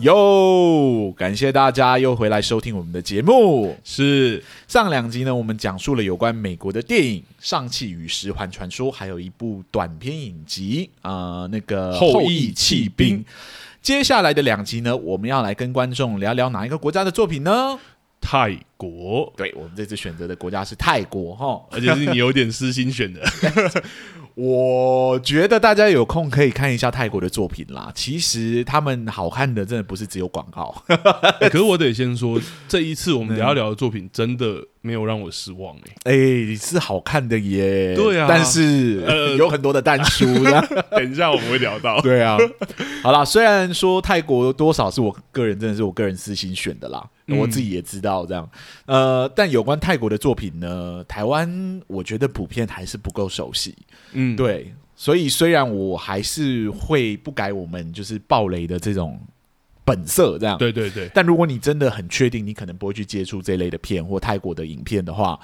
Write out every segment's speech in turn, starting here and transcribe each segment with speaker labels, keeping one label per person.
Speaker 1: 哟，感谢大家又回来收听我们的节目。
Speaker 2: 是
Speaker 1: 上两集呢，我们讲述了有关美国的电影《上汽与十环传说》，还有一部短片影集啊、呃那个《
Speaker 2: 后
Speaker 1: 羿弃
Speaker 2: 羿弃
Speaker 1: 兵》
Speaker 2: 兵
Speaker 1: 接下来的两集呢，我们要来跟观众聊聊哪一个国家的作品呢？
Speaker 2: 泰国，
Speaker 1: 对我们这次选择的国家是泰国哈。
Speaker 2: 而且是你有点私心选 的。
Speaker 1: 我觉得大家有空可以看一下泰国的作品啦。其实他们好看的真的不是只有广告，
Speaker 2: 欸可是我得先说，这一次我们聊聊的作品真的没有让我失望哎、
Speaker 1: 哎、是好看的耶。
Speaker 2: 对啊
Speaker 1: 但是、
Speaker 2: 呃
Speaker 1: 有很多的淡书啦。
Speaker 2: 等一下我们会聊 到，
Speaker 1: 对啊，好啦，虽然说泰国多少是我个人真的是我个人私心选的啦，
Speaker 2: 嗯
Speaker 1: 我自己也知道这样。呃，但有关泰国的作品呢，台湾我觉得普遍还是不够熟悉。
Speaker 2: 嗯，
Speaker 1: 对，所以虽然我还是会不改我们就是暴雷的这种本色这样，
Speaker 2: 对对对，
Speaker 1: 但如果你真的很确定你可能不会去接触这类的片或泰国的影片的话，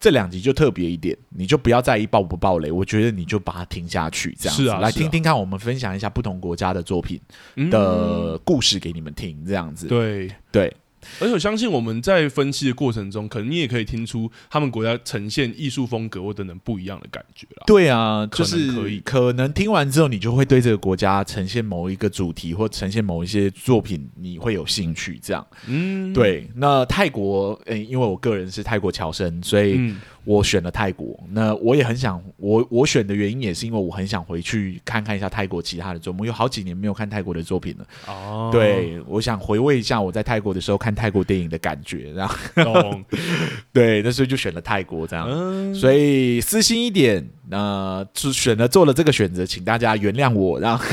Speaker 1: 这两集就特别一点，你就不要在意爆不爆雷，我觉得你就把它听下去，这样子
Speaker 2: 是啊
Speaker 1: 来
Speaker 2: 是啊
Speaker 1: 听听看我们分享一下不同国家的作品
Speaker 2: 嗯
Speaker 1: 的故事给你们听，这样子。
Speaker 2: 对，
Speaker 1: 对
Speaker 2: 而且我相信我们在分析的过程中，可能你也可以听出他们国家呈现艺术风格或等等不一样的感觉啦。
Speaker 1: 对啊，
Speaker 2: 可
Speaker 1: 就
Speaker 2: 能
Speaker 1: 是
Speaker 2: 可以
Speaker 1: 可能听完之后，你就会对这个国家呈现某一个主题或呈现某一些作品，你会有兴趣。这样
Speaker 2: 嗯，，
Speaker 1: 对。那泰国，诶、因为我个人是泰国侨生，所以
Speaker 2: 嗯，
Speaker 1: 我选了泰国，那我也很想，我我选的原因也是因为我很想回去看看一下泰国其他的作品，我有好几年没有看泰国的作品了。
Speaker 2: 哦，
Speaker 1: 对，我想回味一下我在泰国的时候看泰国电影的感觉，然后
Speaker 2: 懂，
Speaker 1: 对，那时候就选了泰国这样。
Speaker 2: 嗯，
Speaker 1: 所以私心一点，呃，就选了做了这个选择，请大家原谅我。然后，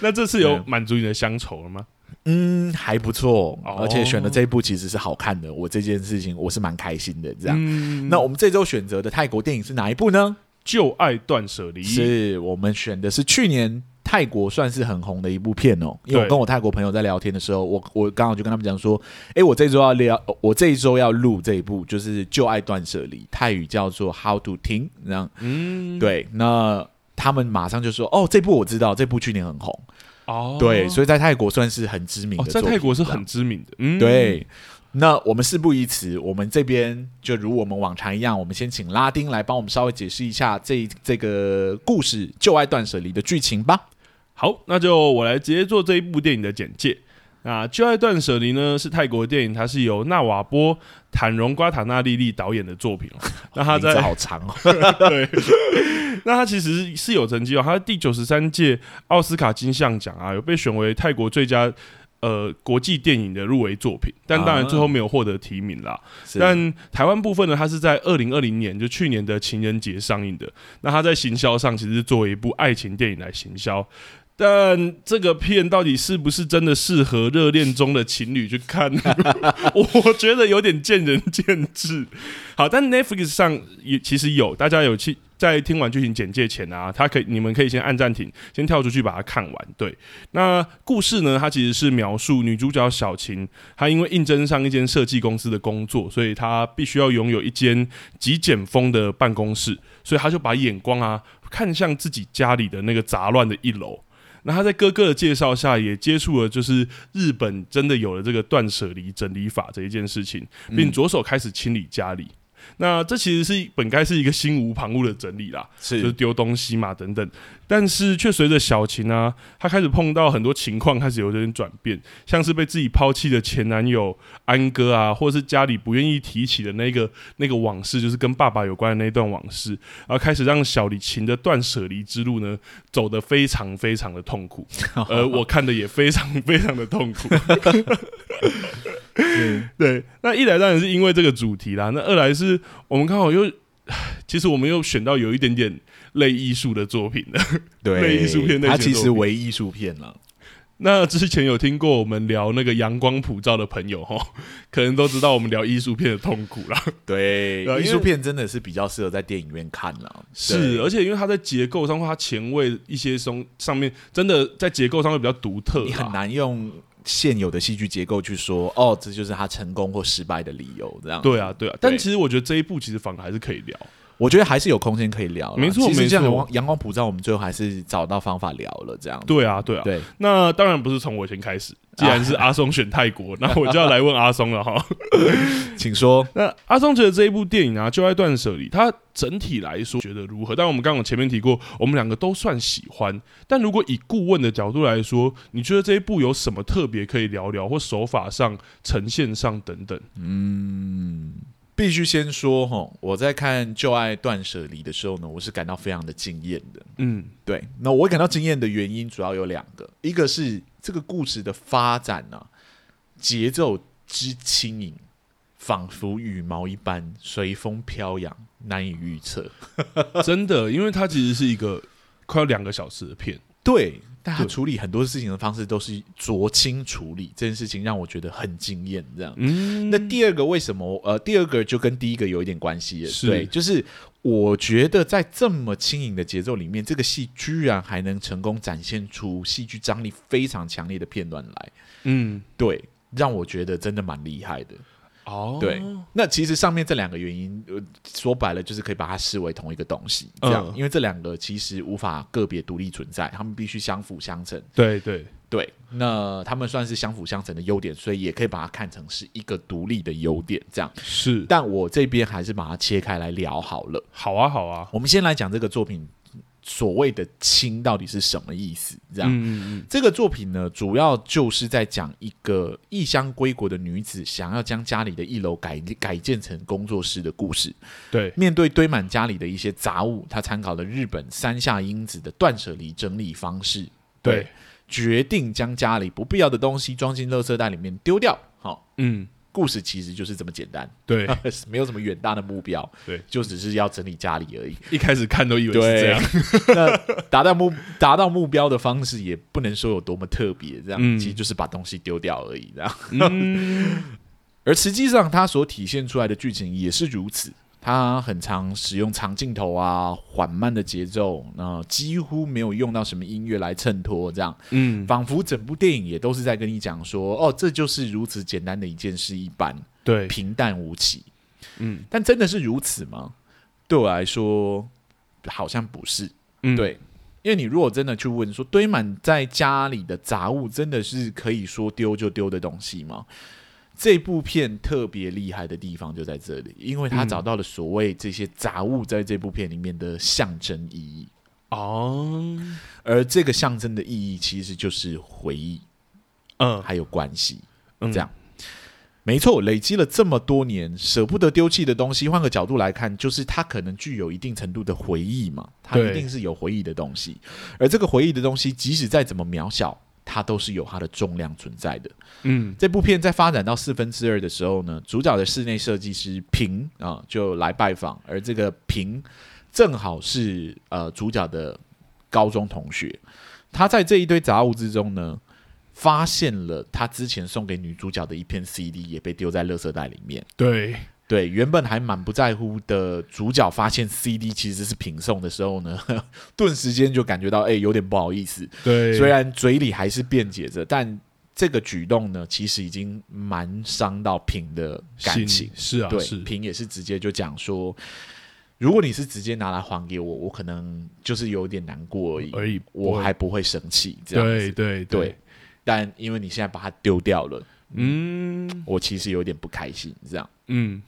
Speaker 2: 那这次有
Speaker 1: 对
Speaker 2: 满足你的乡愁了吗？
Speaker 1: 嗯，还不错，
Speaker 2: 哦
Speaker 1: 而且选的这一部其实是好看的，我这件事情我是蛮开心的。这样，
Speaker 2: 嗯
Speaker 1: 那我们这周选择的泰国电影是哪一部呢？
Speaker 2: 旧爱断舍离，
Speaker 1: 是我们选的是去年泰国算是很红的一部片哦，因为我
Speaker 2: 对
Speaker 1: 跟我泰国朋友在聊天的时候，我我刚好就跟他们讲说，诶，我这周要聊，我这一周要录这一部，就是《旧爱断舍离》，泰语叫做《How to 听》，这样
Speaker 2: 嗯，
Speaker 1: 对。那他们马上就说，哦，这部我知道，这部去年很红，
Speaker 2: 哦，
Speaker 1: 对，所以在泰国算是很知名
Speaker 2: 哦，
Speaker 1: 的作
Speaker 2: 在
Speaker 1: 品、
Speaker 2: 泰国是
Speaker 1: 这样
Speaker 2: 很知名的，嗯，
Speaker 1: 对，那我们事不宜迟，我们这边就如我们往常一样，我们先请拉丁来帮我们稍微解释一下这这个故事《旧爱断舍离》的剧情吧。
Speaker 2: 好，那就我来直接做这一部电影的简介。那《旧爱断舍离》呢，是泰国电影，它是由纳瓦波、坦荣瓜塔纳莉莉导演的作品哦。 那他
Speaker 1: 名字
Speaker 2: 在
Speaker 1: 好长 哦，
Speaker 2: 对，那他其实是有成绩哦，他第九十三届奥斯卡金像奖啊，有被选为泰国最佳呃国际电影的入围作品，但当
Speaker 1: 啊
Speaker 2: 然最后没有获得提名啦。但台湾部分呢，它是在二零二零年，就去年的情人节上映的。那它在行销上其实是作为一部爱情电影来行销，但这个片到底是不是真的适合热恋中的情侣去看？我觉得有点见仁见智。好，但 Netflix 上也其实有，大家有去在听完剧情简介前啊，它可以你们可以先按暂停，先跳出去把它看完。对，那故事呢，它其实是描述女主角小晴他因为应征上一间设计公司的工作，所以他必须要拥有一间极简风的办公室，所以他就把眼光啊看向自己家里的那个杂乱的一楼。那他在哥哥的介绍下，也接触了就是日本真的有了这个断舍离整理法这一件事情，并着手开始清理家里。那这其实是本该是一个心无旁骛的整理啦，就是
Speaker 1: 是
Speaker 2: 丢东西嘛等等。但是却随着小琴啊，她开始碰到很多情况，开始有点转变，像是被自己抛弃的前男友安哥啊，或是家里不愿意提起的那个 那个往事，就是跟爸爸有关的那段往事，然后开始让小李琴的断舍离之路呢，走得非常非常的痛苦，而呃我看的也非常非常的痛苦。 对，那一来当然是因为这个主题啦，那二来是我们刚好又，其实我们又选到有一点点类艺术的作品了。
Speaker 1: 对
Speaker 2: 类艺术片类型的
Speaker 1: 它其实
Speaker 2: 作品
Speaker 1: 为艺术片了。
Speaker 2: 那之前有听过我们聊那个阳光普照的朋友哈，可能都知道我们聊艺术片的痛苦啦。
Speaker 1: 对
Speaker 2: 对啊，
Speaker 1: 艺
Speaker 2: 因
Speaker 1: 术
Speaker 2: 为
Speaker 1: 片真的是比较适合在电影院看了。
Speaker 2: 是，
Speaker 1: 对
Speaker 2: 而且因为它在结构上或它前卫一些松上面，真的在结构上会比较独特
Speaker 1: 你很
Speaker 2: 啦。
Speaker 1: 难用现有的戏剧结构去说，哦，这就是他成功或失败的理由。这样，
Speaker 2: 对啊，对啊，但
Speaker 1: 对
Speaker 2: 其实我觉得这一部其实反而还是可以聊。
Speaker 1: 我觉得还是有空间可以聊啦。
Speaker 2: 没错
Speaker 1: 其实这样
Speaker 2: 没
Speaker 1: 阳
Speaker 2: 错
Speaker 1: 光阳光普照，我们最后还是找到方法聊了。这样，
Speaker 2: 对啊，对啊。
Speaker 1: 对，
Speaker 2: 那当然不是从我先开始，既然是阿松选泰 国，那我就要来问阿松了哈。
Speaker 1: 请说。
Speaker 2: 那阿松觉得这一部电影啊，《就爱断舍离》，它整体来说觉得如何？但我们刚刚有前面提过，我们两个都算喜欢。但如果以顾问的角度来说，你觉得这一部有什么特别可以聊聊，或手法上、呈现上等等？
Speaker 1: 必须先说哈，我在看《旧爱断舍离》的时候呢，我是感到非常的惊艳的。
Speaker 2: 嗯，
Speaker 1: 对，那我感到惊艳的原因主要有两个，一个是这个故事的发展呢、啊，节奏之轻盈，仿佛羽毛一般随风飘扬，难以预测。
Speaker 2: 真的，因为它其实是一个快要两个小时的片。
Speaker 1: 对，但他
Speaker 2: 对
Speaker 1: 处理很多事情的方式都是酌情处理，这件事情让我觉得很惊艳。这样，
Speaker 2: 嗯，
Speaker 1: 那第二个为什么？呃，第二个就跟第一个有一点关系了，
Speaker 2: 是
Speaker 1: 对，就是我觉得在这么轻盈的节奏里面，这个戏居然还能成功展现出戏剧张力非常强烈的片段来，
Speaker 2: 嗯，
Speaker 1: 对，让我觉得真的蛮厉害的。
Speaker 2: 哦，
Speaker 1: 对，那其实上面这两个原因，呃，说白了就是可以把它视为同一个东西，这
Speaker 2: 嗯
Speaker 1: 样，因为这两个其实无法个别独立存在，他们必须相辅相成。
Speaker 2: 对对，
Speaker 1: 对，那他们算是相辅相成的优点，所以也可以把它看成是一个独立的优点，这样。
Speaker 2: 是，
Speaker 1: 但我这边还是把它切开来聊好了。
Speaker 2: 好啊，好啊，
Speaker 1: 我们先来讲这个作品所谓的“轻”到底是什么意思？这样，
Speaker 2: 嗯嗯
Speaker 1: 这个作品呢，主要就是在讲一个异乡归国的女子想要将家里的一楼改改建成工作室的故事。
Speaker 2: 嗯，对，
Speaker 1: 面对堆满家里的一些杂物，她参考了日本山下英子的断舍离整理方式，
Speaker 2: 对，
Speaker 1: 决定将家里不必要的东西装进垃圾袋里面丢掉。好、
Speaker 2: 嗯，
Speaker 1: 故事其实就是这么简单，
Speaker 2: 对，
Speaker 1: 没有什么远大的目标，
Speaker 2: 对，
Speaker 1: 就只是要整理家里而已。
Speaker 2: 一开始看都以为是这样，
Speaker 1: 那达到目达到目标的方式也不能说有多么特别，这样、
Speaker 2: 嗯
Speaker 1: 其实就是把东西丢掉而已，这样。
Speaker 2: 嗯，
Speaker 1: 而实际上，它所体现出来的剧情也是如此。它很常使用长镜头啊，缓慢的节奏，那、几乎没有用到什么音乐来衬托，这样
Speaker 2: 嗯，
Speaker 1: 仿佛整部电影也都是在跟你讲说，哦，这就是如此简单的一件事一般，
Speaker 2: 对，
Speaker 1: 平淡无奇。
Speaker 2: 嗯
Speaker 1: 但真的是如此吗？对我来说，好像不是。
Speaker 2: 嗯，
Speaker 1: 对，因为你如果真的去问说，堆满在家里的杂物，真的是可以说丢就丢的东西吗？这部片特别厉害的地方就在这里，因为他
Speaker 2: 嗯
Speaker 1: 找到了所谓这些杂物在这部片里面的象征意义，
Speaker 2: 哦，
Speaker 1: 而这个象征的意义其实就是回忆
Speaker 2: 嗯，
Speaker 1: 还有关系。
Speaker 2: 嗯
Speaker 1: 这样没错，累积了这么多年，舍不得丢弃的东西，换个角度来看，就是它可能具有一定程度的回忆嘛，它
Speaker 2: 对
Speaker 1: 一定是有回忆的东西。而这个回忆的东西，即使再怎么渺小，它都是有它的重量存在的。
Speaker 2: 嗯，
Speaker 1: 这部片在发展到四分之二的时候呢，主角的室内设计师平啊、就来拜访，而这个平正好是呃主角的高中同学，他在这一堆杂物之中呢，发现了他之前送给女主角的一片 CD 也被丢在垃圾袋里面。
Speaker 2: 对，
Speaker 1: 对，原本还满不在乎的主角，发现 CD 其实是平送的时候呢， 顿时间就感觉到哎、有点不好意思，
Speaker 2: 对，
Speaker 1: 虽然嘴里还是辩解着，但这个举动呢，其实已经蛮伤到平的感情
Speaker 2: 心。是啊，
Speaker 1: 对，
Speaker 2: 是，
Speaker 1: 平也是直接就讲说，如果你是直接拿来还给我，我可能就是有点难过而已，
Speaker 2: 而已，
Speaker 1: 我还不会生气这样
Speaker 2: 对
Speaker 1: 子。
Speaker 2: 对
Speaker 1: 哎对，但因为你现在把它丢掉了，
Speaker 2: 嗯
Speaker 1: 我其实有点不开心。这样，
Speaker 2: 嗯，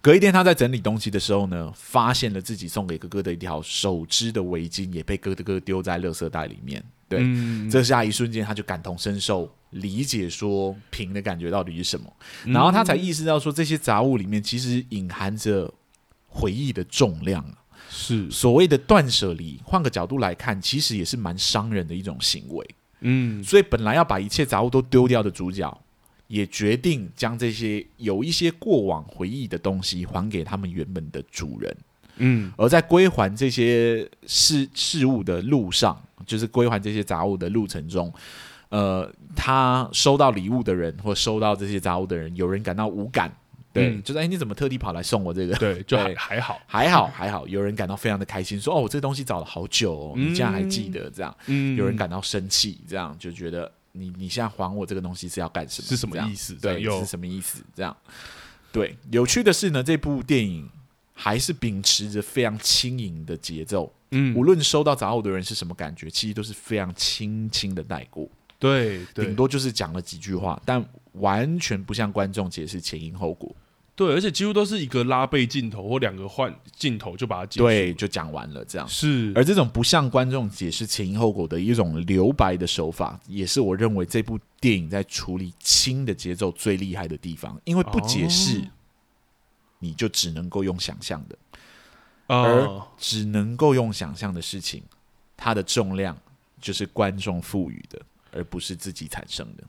Speaker 1: 隔一天他在整理东西的时候呢，发现了自己送给哥哥的一条手织的围巾也被哥哥丢在垃圾袋里面。对，
Speaker 2: 嗯
Speaker 1: 这下一瞬间，他就感同身受，理解说平的感觉到底是什么，
Speaker 2: 嗯
Speaker 1: 然后他才意识到说，这些杂物里面其实隐含着回忆的重量啊。
Speaker 2: 是，
Speaker 1: 所谓的断舍离，换个角度来看，其实也是蛮伤人的一种行为。
Speaker 2: 嗯
Speaker 1: 所以本来要把一切杂物都丢掉的主角，也决定将这些有一些过往回忆的东西还给他们原本的主人。
Speaker 2: 嗯
Speaker 1: 而在归还这些事事物的路上，就是归还这些杂物的路程中，呃，他收到礼物的人或收到这些杂物的人，有人感到无感，对，
Speaker 2: 嗯
Speaker 1: 就是哎，你怎么特地跑来送我这个？
Speaker 2: 对，就还
Speaker 1: 对
Speaker 2: 还好，
Speaker 1: 还 好还好，有人感到非常的开心，说哦，我这东西找了好久、哦，你竟然还记得这样。
Speaker 2: 嗯，
Speaker 1: 有人感到生气，这样就觉得你你现在还我这个东西是要干什么？
Speaker 2: 是什么
Speaker 1: 这样
Speaker 2: 意思
Speaker 1: 对，
Speaker 2: 这样
Speaker 1: 是什么意思？这样对。有趣的是呢，这部电影还是秉持着非常轻盈的节奏，无
Speaker 2: 嗯，
Speaker 1: 论收到杂物的人是什么感觉，其实都是非常轻轻的带过，
Speaker 2: 对对
Speaker 1: 顶多就是讲了几句话，但完全不向观众解释前因后果。
Speaker 2: 对，而且几乎都是一个拉背镜头或两个换镜头就把它结束，
Speaker 1: 对，就讲完了这样。
Speaker 2: 是，
Speaker 1: 而这种不向观众解释前因后果的一种留白的手法，也是我认为这部电影在处理轻的节奏最厉害的地方，因为不解释，
Speaker 2: 哦
Speaker 1: 你就只能够用想象的，
Speaker 2: 呃
Speaker 1: 而，只能够用想象的事情，它的重量就是观众赋予的，而不是自己产生的。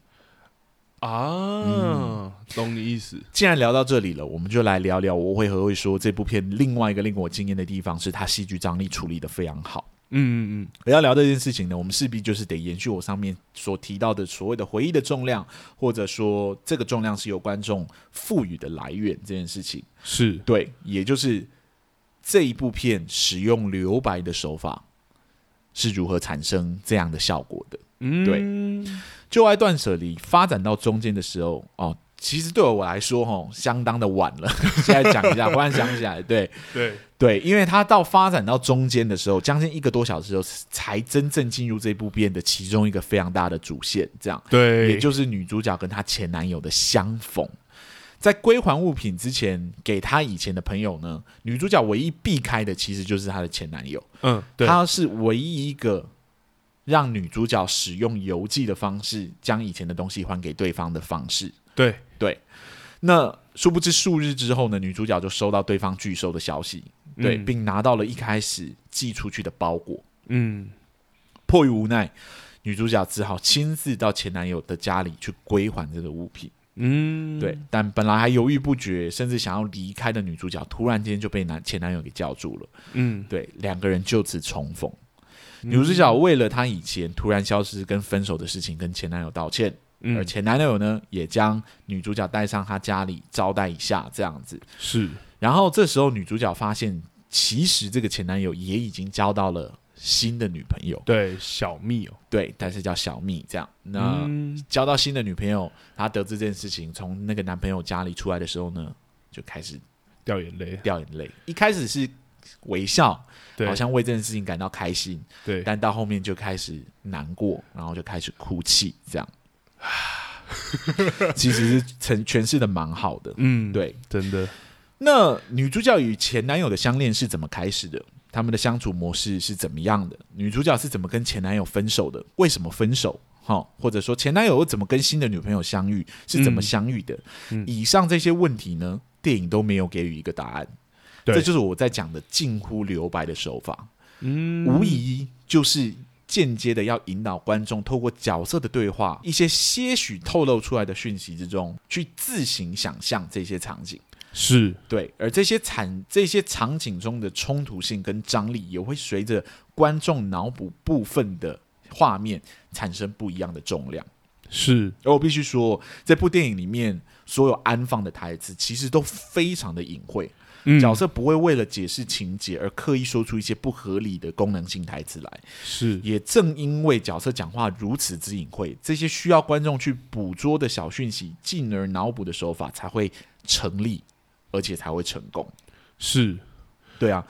Speaker 2: 啊，懂你意思，
Speaker 1: 既然聊到这里了，我们就来聊聊我为何会说这部片另外一个令我惊艳的地方是它戏剧张力处理的非常好。
Speaker 2: 嗯嗯嗯，
Speaker 1: 而要聊这件事情呢，我们势必就是得延续我上面所提到的所谓的回忆的重量，或者说这个重量是由观众赋予的来源这件事情。
Speaker 2: 是，
Speaker 1: 对，也就是这一部片使用留白的手法是如何产生这样的效果的。
Speaker 2: 嗯，
Speaker 1: 对，旧爱断舍离发展到中间的时候，哦，其实对我来说，吼、相当的晚了。 现在讲一下，忽然想起来，对，
Speaker 2: 对，
Speaker 1: 对，因为它到发展到中间的时候，将近一个多小时的时候，才真正进入这部片的其中一个非常大的主线，这样，
Speaker 2: 对，
Speaker 1: 也就是女主角跟她前男友的相逢。在归还物品之前，给她以前的朋友呢，女主角唯一避开的其实就是她的前男友，
Speaker 2: 嗯，对，
Speaker 1: 他是唯一一个让女主角使用邮寄的方式将以前的东西还给对方的方式。
Speaker 2: 对，
Speaker 1: 那殊不知数日之后呢，女主角就收到对方拒收的消息，对，
Speaker 2: 嗯，
Speaker 1: 并拿到了一开始寄出去的包裹。
Speaker 2: 嗯，
Speaker 1: 迫于无奈，女主角只好亲自到前男友的家里去归还这个物品。
Speaker 2: 嗯，
Speaker 1: 对，，但本来还犹豫不决，甚至想要离开的女主角，突然间就被男前男友给叫住了。
Speaker 2: 嗯，
Speaker 1: 对，两个人就此重逢。女主角为了她以前突然消失跟分手的事情，跟前男友道歉，
Speaker 2: 嗯，
Speaker 1: 而前男友呢也将女主角带上他家里招待一下，这样子。
Speaker 2: 是，
Speaker 1: 然后这时候女主角发现，其实这个前男友也已经交到了新的女朋友，
Speaker 2: 对，小蜜哦，
Speaker 1: 对，但是叫小蜜这样。那、
Speaker 2: 嗯
Speaker 1: 交到新的女朋友，她得知这件事情，从那个男朋友家里出来的时候呢，就开始
Speaker 2: 掉眼泪，
Speaker 1: 掉眼泪。一开始是微笑，
Speaker 2: 对，
Speaker 1: 好像为这件事情感到开心，
Speaker 2: 对，
Speaker 1: 但到后面就开始难过，然后就开始哭泣，这样。其实是呈诠释的蛮好的，
Speaker 2: 嗯，，
Speaker 1: 对。
Speaker 2: 真的，
Speaker 1: 那女主角与前男友的相恋是怎么开始的？他们的相处模式是怎么样的？女主角是怎么跟前男友分手的？为什么分手？哈、或者说前男友又怎么跟新的女朋友相遇？是怎么相遇的？
Speaker 2: 嗯嗯
Speaker 1: 以上这些问题呢，电影都没有给予一个答案。
Speaker 2: 对
Speaker 1: 这就是我在讲的近乎留白的手法，
Speaker 2: 嗯，
Speaker 1: 无，疑就是间接的要引导观众透过角色的对话，一些些许透露出来的讯息之中，去自行想象这些场景。
Speaker 2: 是，
Speaker 1: 对，而这些产这些场景中的冲突性跟张力，也会随着观众脑补部分的画面产生不一样的重量。
Speaker 2: 是，
Speaker 1: 而我必须说，这部电影里面所有安放的台词，其实都非常的隐晦，
Speaker 2: 嗯，
Speaker 1: 角色不会为了解释情节而刻意说出一些不合理的功能性台词来。
Speaker 2: 是，
Speaker 1: 也正因为角色讲话如此之隐晦，这些需要观众去捕捉的小讯息，进而脑补的手法才会成立，而且才会成功。
Speaker 2: 是，
Speaker 1: 对啊，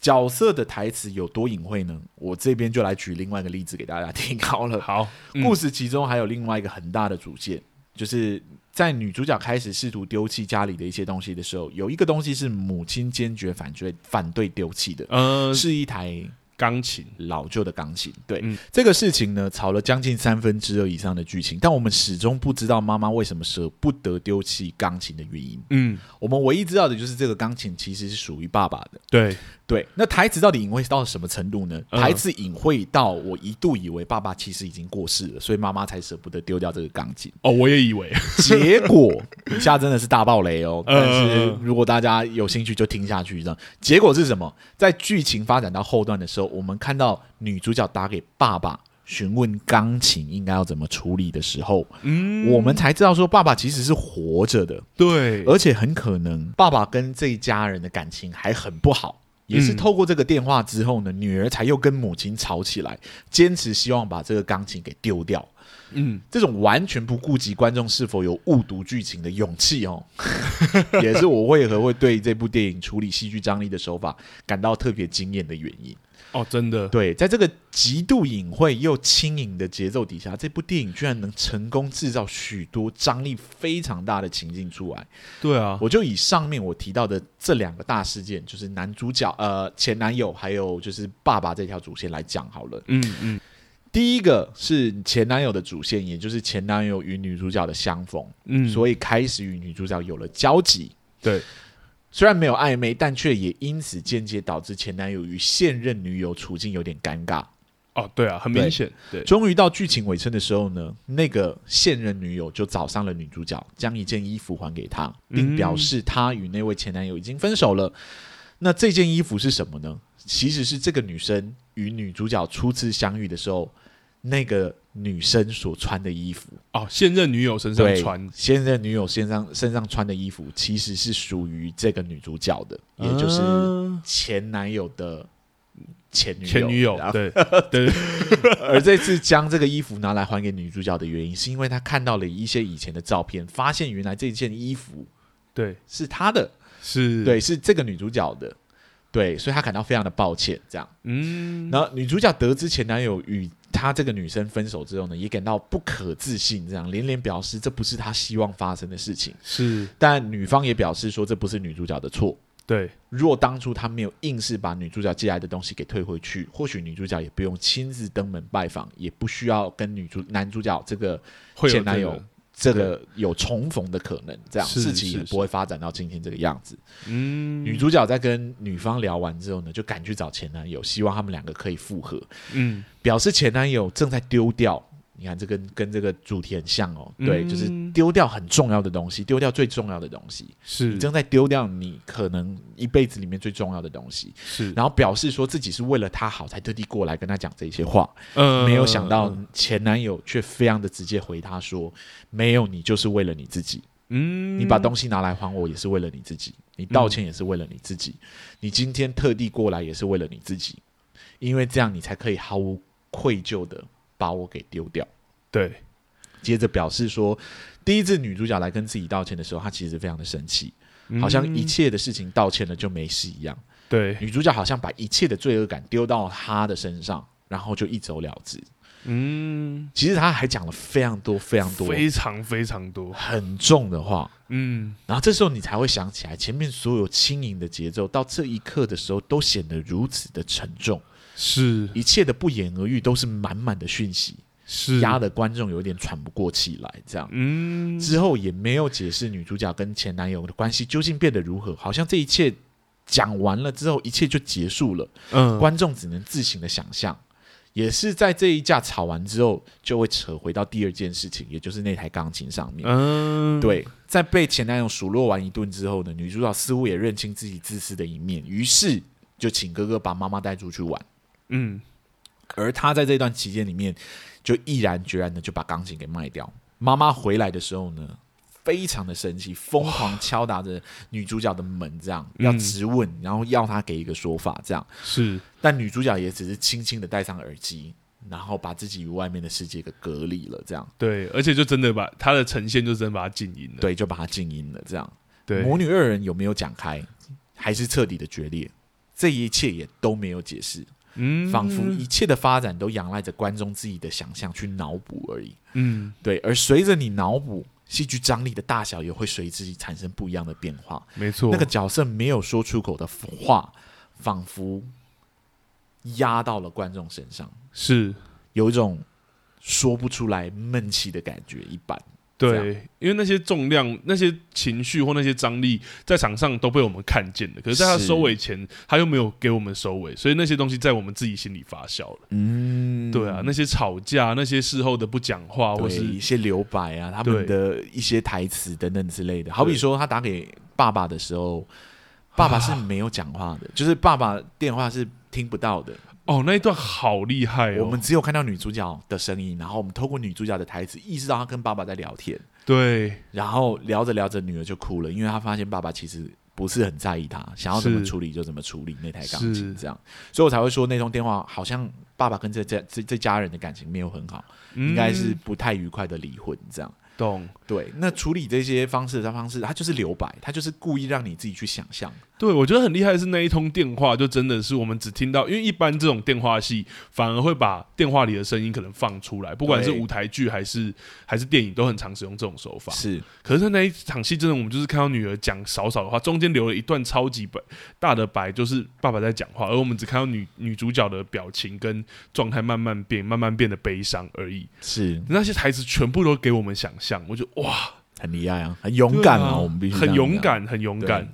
Speaker 1: 角色的台词有多隐晦呢？我这边就来举另外一个例子给大家听好了。
Speaker 2: 好，嗯
Speaker 1: 故事其中还有另外一个很大的主线，就是在女主角开始试图丢弃家里的一些东西的时候，有一个东西是母亲坚决反对反对丢弃的，
Speaker 2: 呃，
Speaker 1: 是一台
Speaker 2: 钢琴，
Speaker 1: 老旧的钢琴。对、
Speaker 2: 嗯
Speaker 1: 这个事情呢，吵了将近三分之二以上的剧情，但我们始终不知道妈妈为什么舍不得丢弃钢琴的原因。
Speaker 2: 嗯，
Speaker 1: 我们唯一知道的就是这个钢琴其实是属于爸爸的。
Speaker 2: 对，
Speaker 1: 对，那台词到底隐晦到什么程度呢？
Speaker 2: 嗯
Speaker 1: 台词隐晦到我一度以为爸爸其实已经过世了，所以妈妈才舍不得丢掉这个钢琴。
Speaker 2: 哦，我也以为，
Speaker 1: 结果以下真的是大爆雷哦，
Speaker 2: 嗯
Speaker 1: 但是如果大家有兴趣就听下去。这样结果是什么？在剧情发展到后段的时候，我们看到女主角打给爸爸询问钢琴应该要怎么处理的时候，
Speaker 2: 嗯，
Speaker 1: 我们才知道说爸爸其实是活着的，
Speaker 2: 对，
Speaker 1: 而且很可能爸爸跟这一家人的感情还很不好。也是
Speaker 2: 嗯
Speaker 1: 透过这个电话之后呢，女儿才又跟母亲吵起来，坚持希望把这个钢琴给丢掉。
Speaker 2: 嗯，
Speaker 1: 这种完全不顾及观众是否有误读剧情的勇气哦， 也是我为何会对这部电影处理戏剧张力的手法感到特别惊艳的原因。
Speaker 2: 哦，真的，
Speaker 1: 对，在这个极度隐晦又轻盈的节奏底下，这部电影居然能成功制造许多张力非常大的情境出来。
Speaker 2: 对啊，
Speaker 1: 我就以上面我提到的这两个大事件，就是男主角呃前男友还有就是爸爸这条主线来讲好了。
Speaker 2: 嗯嗯，
Speaker 1: 第一个是前男友的主线，也就是前男友与女主角的相逢，
Speaker 2: 嗯，
Speaker 1: 所以开始与女主角有了交集。
Speaker 2: 对，
Speaker 1: 虽然没有暧昧，但却也因此间接导致前男友与现任女友处境有点尴尬。
Speaker 2: 哦，对啊，很
Speaker 1: 对
Speaker 2: 明显，对，
Speaker 1: 终于到剧情尾声的时候呢，那个现任女友就找上了女主角，将一件衣服还给她，并
Speaker 2: 嗯
Speaker 1: 表示她与那位前男友已经分手了。那这件衣服是什么呢？其实是这个女生与女主角初次相遇的时候，那个女生所穿的衣服。
Speaker 2: 哦，现任女友身上
Speaker 1: 对，
Speaker 2: 穿，
Speaker 1: 现任女友身上身上穿的衣服，其实是属于这个女主角的，也就是
Speaker 2: 啊
Speaker 1: 前男友的前女友。
Speaker 2: 前女友
Speaker 1: 然，后
Speaker 2: 对对，
Speaker 1: 而这次将这个衣服拿来还给女主角的原因，是因为她看到了一些以前的照片，发现原来这件衣服
Speaker 2: 对，
Speaker 1: 是她的，
Speaker 2: 是，，
Speaker 1: 对，是这个女主角的，对，所以她感到非常的抱歉。这样，
Speaker 2: 嗯，
Speaker 1: 然后女主角得知前男友与她这个女生分手之后呢，也感到不可置信，这样连连表示这不是她希望发生的事情。
Speaker 2: 是，
Speaker 1: 但女方也表示说，这不是女主角的错。
Speaker 2: 对，
Speaker 1: 若当初她没有硬是把女主角寄来的东西给退回去，或许女主角也不用亲自登门拜访，也不需要跟女主男主角这个
Speaker 2: 会有
Speaker 1: 前男
Speaker 2: 这
Speaker 1: 友
Speaker 2: 个，
Speaker 1: 这个有重逢的可能，这样
Speaker 2: 是
Speaker 1: 事情也
Speaker 2: 是
Speaker 1: 不会发展到今天这个样子。
Speaker 2: 嗯，
Speaker 1: 女主角在跟女方聊完之后呢，就赶去找前男友，希望他们两个可以复合，
Speaker 2: 嗯，
Speaker 1: 表示前男友正在丢掉。你看，这跟跟这个主题很像哦，
Speaker 2: 嗯
Speaker 1: 对，就是丢掉很重要的东西，丢掉最重要的东西。
Speaker 2: 是
Speaker 1: 你，正在丢掉你可能一辈子里面最重要的东西，
Speaker 2: 是，
Speaker 1: 然后表示说自己是为了他好才特地过来跟他讲这些话，
Speaker 2: 呃
Speaker 1: 没有想到，前男友却非常的直接回他说：“没有，你就是为了你自己，
Speaker 2: 嗯，
Speaker 1: 你把东西拿来还我也是为了你自己，你道歉也是为了你自己，你今天特地过来也是为了你自己，因为这样你才可以毫无愧疚的把我给丢掉。”
Speaker 2: 对，
Speaker 1: 接着表示说，第一次女主角来跟自己道歉的时候，她其实非常的生气，好像一
Speaker 2: 嗯
Speaker 1: 切的事情道歉了就没事一样。
Speaker 2: 对，
Speaker 1: 女主角好像把一切的罪恶感丢到她的身上，然后就一走了之。
Speaker 2: 嗯，
Speaker 1: 其实她还讲了非常多、非常多
Speaker 2: 非常非常多，
Speaker 1: 很重的话。
Speaker 2: 嗯，
Speaker 1: 然后这时候你才会想起来，前面所有轻盈的节奏，到这一刻的时候都显得如此的沉重，
Speaker 2: 是
Speaker 1: 一切的不言而喻都是满满的讯息，
Speaker 2: 是
Speaker 1: 压得观众有点喘不过气来。这样，
Speaker 2: 嗯，
Speaker 1: 之后也没有解释女主角跟前男友的关系究竟变得如何，好像这一切讲完了之后，一切就结束了，
Speaker 2: 嗯，
Speaker 1: 观众只能自行的想象。也是在这一架吵完之后，就会扯回到第二件事情，也就是那台钢琴上面。
Speaker 2: 嗯，
Speaker 1: 对，在被前男友数落完一顿之后呢，女主角似乎也认清自己自私的一面，于是就请哥哥把妈妈带出去玩。
Speaker 2: 嗯，
Speaker 1: 而他在这段期间里面，就毅然决然的就把钢琴给卖掉。妈妈回来的时候呢，非常的生气，疯狂敲打着女主角的门，这样
Speaker 2: 嗯
Speaker 1: 要质问，然后要她给一个说法，这样。
Speaker 2: 是，
Speaker 1: 但女主角也只是轻轻的戴上耳机，然后把自己与外面的世界给隔离了，这样
Speaker 2: 对，而且就真的把它的呈现，就真的把它静音了。
Speaker 1: 对，就把她静音了。这样，
Speaker 2: 对，
Speaker 1: 母女二人有没有讲开，还是彻底的决裂？这一切也都没有解释，
Speaker 2: 嗯
Speaker 1: 仿佛一切的发展都仰赖着观众自己的想象去脑补而已。
Speaker 2: 嗯，
Speaker 1: 对，而随着你脑补，戏剧张力的大小也会随之产生不一样的变化。
Speaker 2: 没错，
Speaker 1: 那个角色没有说出口的话，仿佛压到了观众身上，
Speaker 2: 是
Speaker 1: 有一种说不出来闷气的感觉一般。这样
Speaker 2: 对，因为那些重量、那些情绪或那些张力，在场上都被我们看见的。可是，在他
Speaker 1: 是
Speaker 2: 收尾前，他又没有给我们收尾，所以那些东西在我们自己心里发酵了。
Speaker 1: 嗯
Speaker 2: 对啊，那些吵架、那些事后的不讲话，或
Speaker 1: 对
Speaker 2: 哦是
Speaker 1: 一些留白啊，他们的一些台词等等之类的。好比说，他打给爸爸的时候，爸爸是没有讲话的，就是爸爸电话是听不到的。
Speaker 2: 哦，那一段好厉害哦。
Speaker 1: 我们只有看到女主角的声音，然后我们透过女主角的台词意识到她跟爸爸在聊天，
Speaker 2: 对
Speaker 1: 然后聊着聊着，女儿就哭了，因为她发现爸爸其实。不是很在意她，想要怎么
Speaker 2: 是
Speaker 1: 处理就怎么处理那台钢
Speaker 2: 是
Speaker 1: 琴，这样，所以我才会说那通电话好像爸爸跟这家这这家人的感情没有很好，应该是
Speaker 2: 嗯
Speaker 1: 不太愉快的离婚这样。
Speaker 2: 懂。
Speaker 1: 对，那处理这些方式的方式，它就是留白，它就是故意让你自己去想象。
Speaker 2: 对，我觉得很厉害的是那一通电话，就真的是我们只听到，因为一般这种电话戏反而会把电话里的声音可能放出来，不管是
Speaker 1: 对
Speaker 2: 舞台剧还是还是电影，都很常使用这种手法。
Speaker 1: 是，
Speaker 2: 可是，在那一场戏，真的我们就是看到女儿讲少少的话，中间留了一段超级白大的白，就是爸爸在讲话，而我们只看到女女主角的表情跟状态慢慢变，慢慢变得悲伤而已。
Speaker 1: 是
Speaker 2: 那些台词全部都给我们想象，我就哇，
Speaker 1: 很厉害啊，很勇敢
Speaker 2: 对
Speaker 1: 啊，
Speaker 2: 啊
Speaker 1: 我们必须这
Speaker 2: 很
Speaker 1: 样
Speaker 2: 勇
Speaker 1: 讲。
Speaker 2: 敢，很勇敢，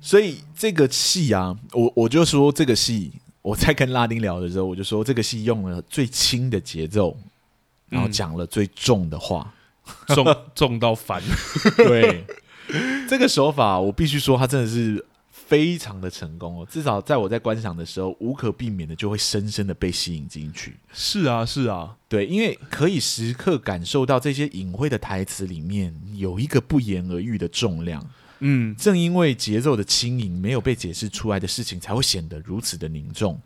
Speaker 1: 所以这个戏啊，我我就说这个戏，我在跟拉丁聊的时候，我就说这个戏用了最轻的节奏，然后
Speaker 2: 嗯
Speaker 1: 讲了最重的话。
Speaker 2: 重重到烦。
Speaker 1: 对， 这个手法我必须说，它真的是。非常的成功哦，至少在我在观赏的时候，无可避免的就会深深的被吸引进去。
Speaker 2: 是啊，是啊，
Speaker 1: 对，因为可以时刻感受到这些隐晦的台词里面有一个不言而喻的重量。
Speaker 2: 嗯，
Speaker 1: 正因为节奏的轻盈没有被解释出来的事情，才会显得如此的凝重。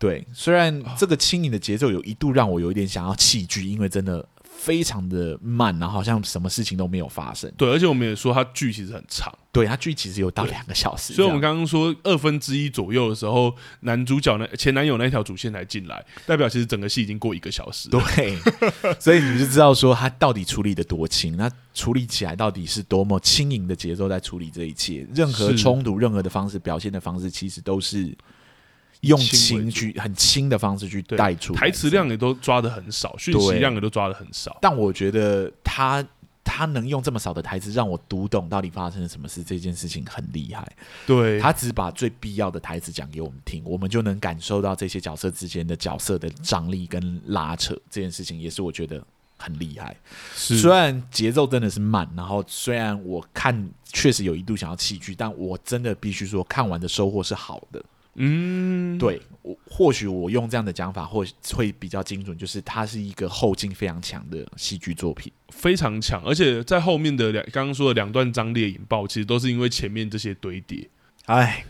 Speaker 1: 对，虽然
Speaker 2: 哦
Speaker 1: 这个轻盈的节奏有一度让我有一点想要弃剧，因为真的非常的慢，然后好像什么事情都没有发生。
Speaker 2: 对，而且我们也说它剧其实很长，
Speaker 1: 对，它剧其实有到两个小时这样，
Speaker 2: 所以我们刚刚说二分之一左右的时候，男主角那前男友那一条主线才进来，代表其实整个戏已经过一个小时了。
Speaker 1: 对， 所以你就知道说他到底处理的多轻，那处理起来到底是多么轻盈的节奏在处理这一切，任何
Speaker 2: 是
Speaker 1: 冲突、任何的方式、表现的方式，其实都是用
Speaker 2: 轻为
Speaker 1: 轻
Speaker 2: 主
Speaker 1: 去很轻的方式去
Speaker 2: 对
Speaker 1: 带出
Speaker 2: 台词量。也都抓的很少，讯息
Speaker 1: 对
Speaker 2: 量也都抓的很少。
Speaker 1: 但我觉得他他能用这么少的台词让我读懂到底发生了什么事，这件事情很厉害。
Speaker 2: 对，
Speaker 1: 他只把最必要的台词讲给我们听，我们就能感受到这些角色之间的角色的张力跟拉扯。这件事情也是我觉得很厉害。
Speaker 2: 是
Speaker 1: 虽然节奏真的是慢，然后虽然我看确实有一度想要弃剧，但我真的必须说，看完的收获是好的。
Speaker 2: 嗯，
Speaker 1: 对我，或许我用这样的讲法或会比较精准，就是它是一个后劲非常强的戏剧作品。
Speaker 2: 非常强，而且在后面的两刚刚说的两段张力的引爆，其实都是因为前面这些堆叠。
Speaker 1: 哎，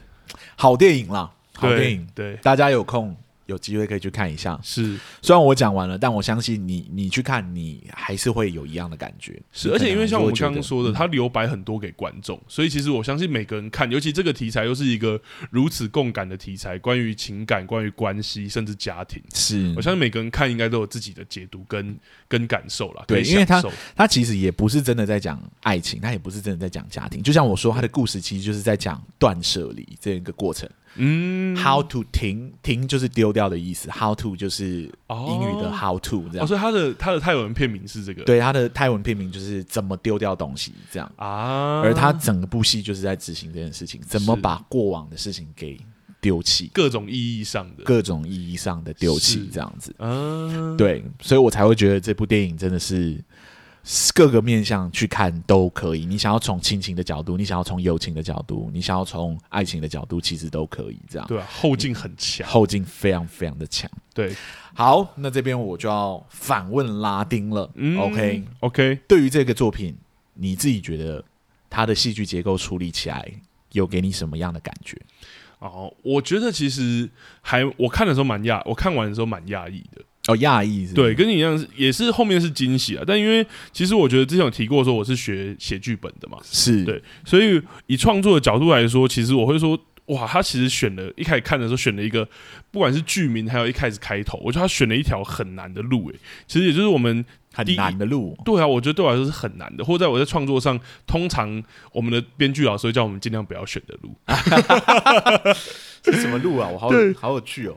Speaker 1: 好电影啦，好
Speaker 2: 对
Speaker 1: 电影，
Speaker 2: 对，
Speaker 1: 大家有空有机会可以去看一下。
Speaker 2: 是
Speaker 1: 虽然我讲完了，但我相信你，你去看，你还是会有一样的感觉。
Speaker 2: 是，
Speaker 1: 你
Speaker 2: 而
Speaker 1: 可
Speaker 2: 且因
Speaker 1: 能
Speaker 2: 为像我
Speaker 1: 还
Speaker 2: 们
Speaker 1: 是会
Speaker 2: 刚刚
Speaker 1: 觉得嗯
Speaker 2: 说的，它留白很多给观众，所以其实我相信每个人看，尤其这个题材又是一个如此共感的题材，关于情感、关于关系，甚至家庭，
Speaker 1: 是
Speaker 2: 我，相信每个人看应该都有自己的解读跟跟感受啦。
Speaker 1: 对
Speaker 2: 可以
Speaker 1: 因为它
Speaker 2: 享受
Speaker 1: 他其实也不是真的在讲爱情，他也不是真的在讲家庭。就像我说，他的故事其实就是在讲断舍离这个过程。
Speaker 2: 嗯
Speaker 1: How to 停停就是丢掉的意思，How to 就是英语的
Speaker 2: 哦
Speaker 1: How to 这
Speaker 2: 哦，
Speaker 1: 样。
Speaker 2: 所以他的他的泰文片名是这个
Speaker 1: 对，他的泰文片名就是怎么丢掉东西这样。
Speaker 2: 啊，
Speaker 1: 而他整个部戏就是在执行这件事情，怎么
Speaker 2: 是
Speaker 1: 把过往的事情给丢弃，
Speaker 2: 各种意义上的，
Speaker 1: 各种意义上的丢弃
Speaker 2: 是
Speaker 1: 这样子。
Speaker 2: 嗯，
Speaker 1: 对，所以我才会觉得这部电影真的是各个面向去看都可以。你想要从亲情的角度，你想要从友情的角度，你想要从爱情的角度，其实都可以这样。
Speaker 2: 对啊，后劲很强，
Speaker 1: 后劲非常非常的强。
Speaker 2: 对
Speaker 1: 好，那这边我就要反问拉丁了。
Speaker 2: 嗯
Speaker 1: OK，
Speaker 2: OK，
Speaker 1: 对于这个作品，你自己觉得它的戏剧结构处理起来有给你什么样的感觉？
Speaker 2: 哦，我觉得其实还我看的时候蛮讶，我看完的时候蛮讶异的。
Speaker 1: 哦，亚裔是不
Speaker 2: 对，
Speaker 1: 是
Speaker 2: 跟你一样，也是后面是惊喜啊。但因为其实我觉得之前有提过说我是学写剧本的嘛，
Speaker 1: 是，
Speaker 2: 对所以以创作的角度来说，其实我会说，哇，他其实选了一开始看的时候选了一个，不管是剧名还有一开始开头，我觉得他选了一条很难的路、诶，其实也就是我们第
Speaker 1: 很
Speaker 2: 一
Speaker 1: 难的 路。
Speaker 2: 对啊，我觉得对我来说是很难的，或者在我在创作上，通常我们的编剧老师会叫我们尽量不要选的路。
Speaker 1: 这怎么录啊？我好
Speaker 2: 对
Speaker 1: 好有趣哦。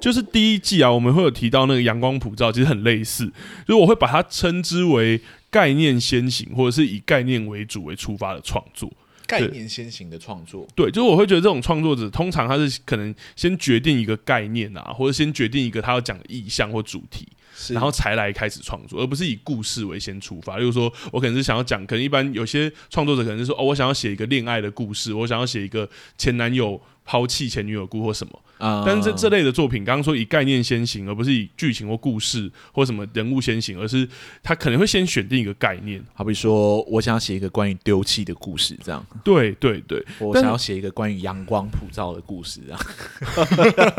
Speaker 2: 就是第一季啊，我们会有提到那个阳光普照，其实很类似，就是我会把它称之为概念先行，或者是以概念为主为出发的创作。
Speaker 1: 概念先行的创作，
Speaker 2: 对，就是我会觉得这种创作者通常他是可能先决定一个概念啊，或者先决定一个他要讲的意向或主题，
Speaker 1: 是
Speaker 2: 然后才来开始创作，而不是以故事为先出发。例如说，我可能是想要讲，可能一般有些创作者可能是说，哦，我想要写一个恋爱的故事，我想要写一个前男友抛弃前女友故或什么。
Speaker 1: 啊
Speaker 2: 但是这这类的作品，刚刚说以概念先行，而不是以剧情或故事或什么人物先行，而是他可能会先选定一个概念。
Speaker 1: 好比说，我想要写一个关于丢弃的故事，这样；
Speaker 2: 对对对，
Speaker 1: 我
Speaker 2: 但
Speaker 1: 想要写一个关于阳光普照的故事，这样。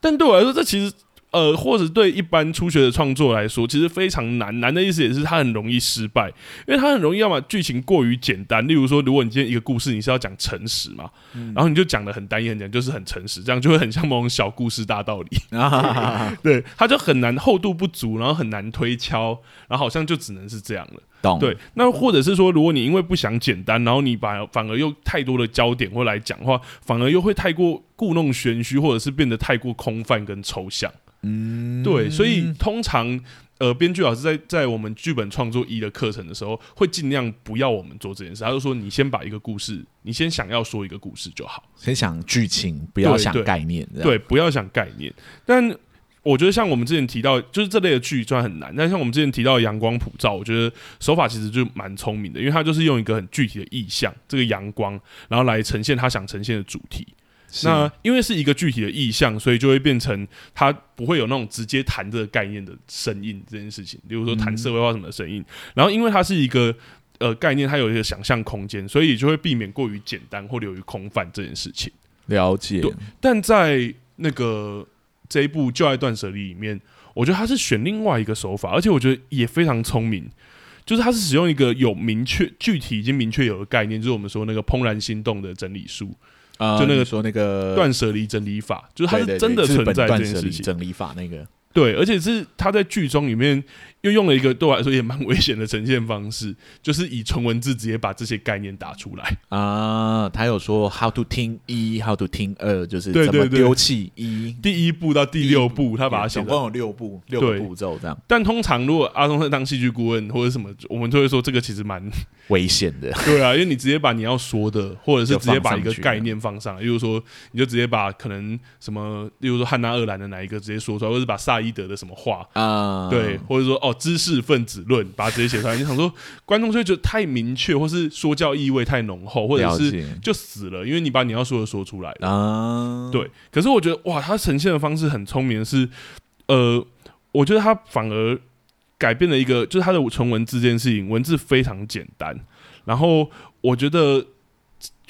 Speaker 2: 但对我来说，这其实呃，或者对一般初学的创作来说，其实非常难。难的意思也是它很容易失败，因为它很容易要么剧情过于简单。例如说，如果你今天一个故事你是要讲诚实嘛，然后你就讲的很单一很简单，就是很诚实，这样就会很像某种小故事大道理。
Speaker 1: 啊，
Speaker 2: 对，它就很难厚度不足，然后很难推敲，然后好像就只能是这样了。
Speaker 1: 懂？
Speaker 2: 对，那或者是说，如果你因为不想简单，然后你把反而又太多的焦点或来讲话，反而又会太过故弄玄虚，或者是变得太过空泛跟抽象。嗯，对，所以通常呃，编剧老师在在我们剧本创作一的课程的时候，会尽量不要我们做这件事，他就说你先把一个故事，你先想要说一个故事就好，
Speaker 1: 先想剧情，不要
Speaker 2: 对
Speaker 1: 想
Speaker 2: 对
Speaker 1: 概念，这样。
Speaker 2: 对，不要想概念。但我觉得像我们之前提到，就是这类的剧虽然很难，但像我们之前提到的阳光普照，我觉得手法其实就蛮聪明的，因为它就是用一个很具体的意象，这个阳光，然后来呈现他想呈现的主题。
Speaker 1: 是，
Speaker 2: 那因为是一个具体的意象，所以就会变成它不会有那种直接谈这个概念的声音这件事情，比如说谈社会化什么的声音。然后因为它是一个呃概念，它有一个想象空间，所以也就会避免过于简单或流于空泛这件事情。
Speaker 1: 了解
Speaker 2: 对但在那个这一部《旧爱断舍离》里面，我觉得他是选另外一个手法，而且我觉得也非常聪明，就是他是使用一个有明确、具体已经明确有的概念，就是我们说那个怦然心动的整理术、
Speaker 1: 啊，
Speaker 2: 就那个
Speaker 1: 你说那个
Speaker 2: 断舍离整理法，就是它
Speaker 1: 对
Speaker 2: 是
Speaker 1: 对对
Speaker 2: 真的
Speaker 1: 日
Speaker 2: 存
Speaker 1: 本
Speaker 2: 在这
Speaker 1: 断
Speaker 2: 件
Speaker 1: 舍
Speaker 2: 事
Speaker 1: 离
Speaker 2: 情。
Speaker 1: 整理法那个，
Speaker 2: 对，而且是他在剧中里面又用了一个对我来说也蛮危险的呈现方式，就是以纯文字直接把这些概念打出来。
Speaker 1: 啊，他有说 how to 听一，how to 听二，就是
Speaker 2: 对
Speaker 1: 怎么
Speaker 2: 对对
Speaker 1: 丢弃一。
Speaker 2: 第一步到第六步，他把它写
Speaker 1: 总
Speaker 2: 成
Speaker 1: 共有六步，六个
Speaker 2: 对
Speaker 1: 步骤这样，
Speaker 2: 但通常如果阿松在当戏剧顾问或者什么，我们就会说这个其 实蛮
Speaker 1: 危险的
Speaker 2: 对啊，因为你直接把你要说的，或者是直接把一
Speaker 1: 就放
Speaker 2: 个
Speaker 1: 上去
Speaker 2: 概念放上来，例如说你就直接把可能什么，例如说汉娜·厄兰的哪一个直接说出来，或者是把萨伊德的什么话。
Speaker 1: 啊。
Speaker 2: 对，或者说哦，知识分子论把它直接写出来，你想说观众就会觉得太明确，或是说教意味太浓厚，或者
Speaker 1: 了
Speaker 2: 是
Speaker 1: 解
Speaker 2: 就死了，因为你把你要说的说出来了。
Speaker 1: 啊，
Speaker 2: 对，可是我觉得哇，他呈现的方式很聪明的是，呃，我觉得他反而改变了一个，就是他的纯文字这件事情，文字非常简单，然后我觉得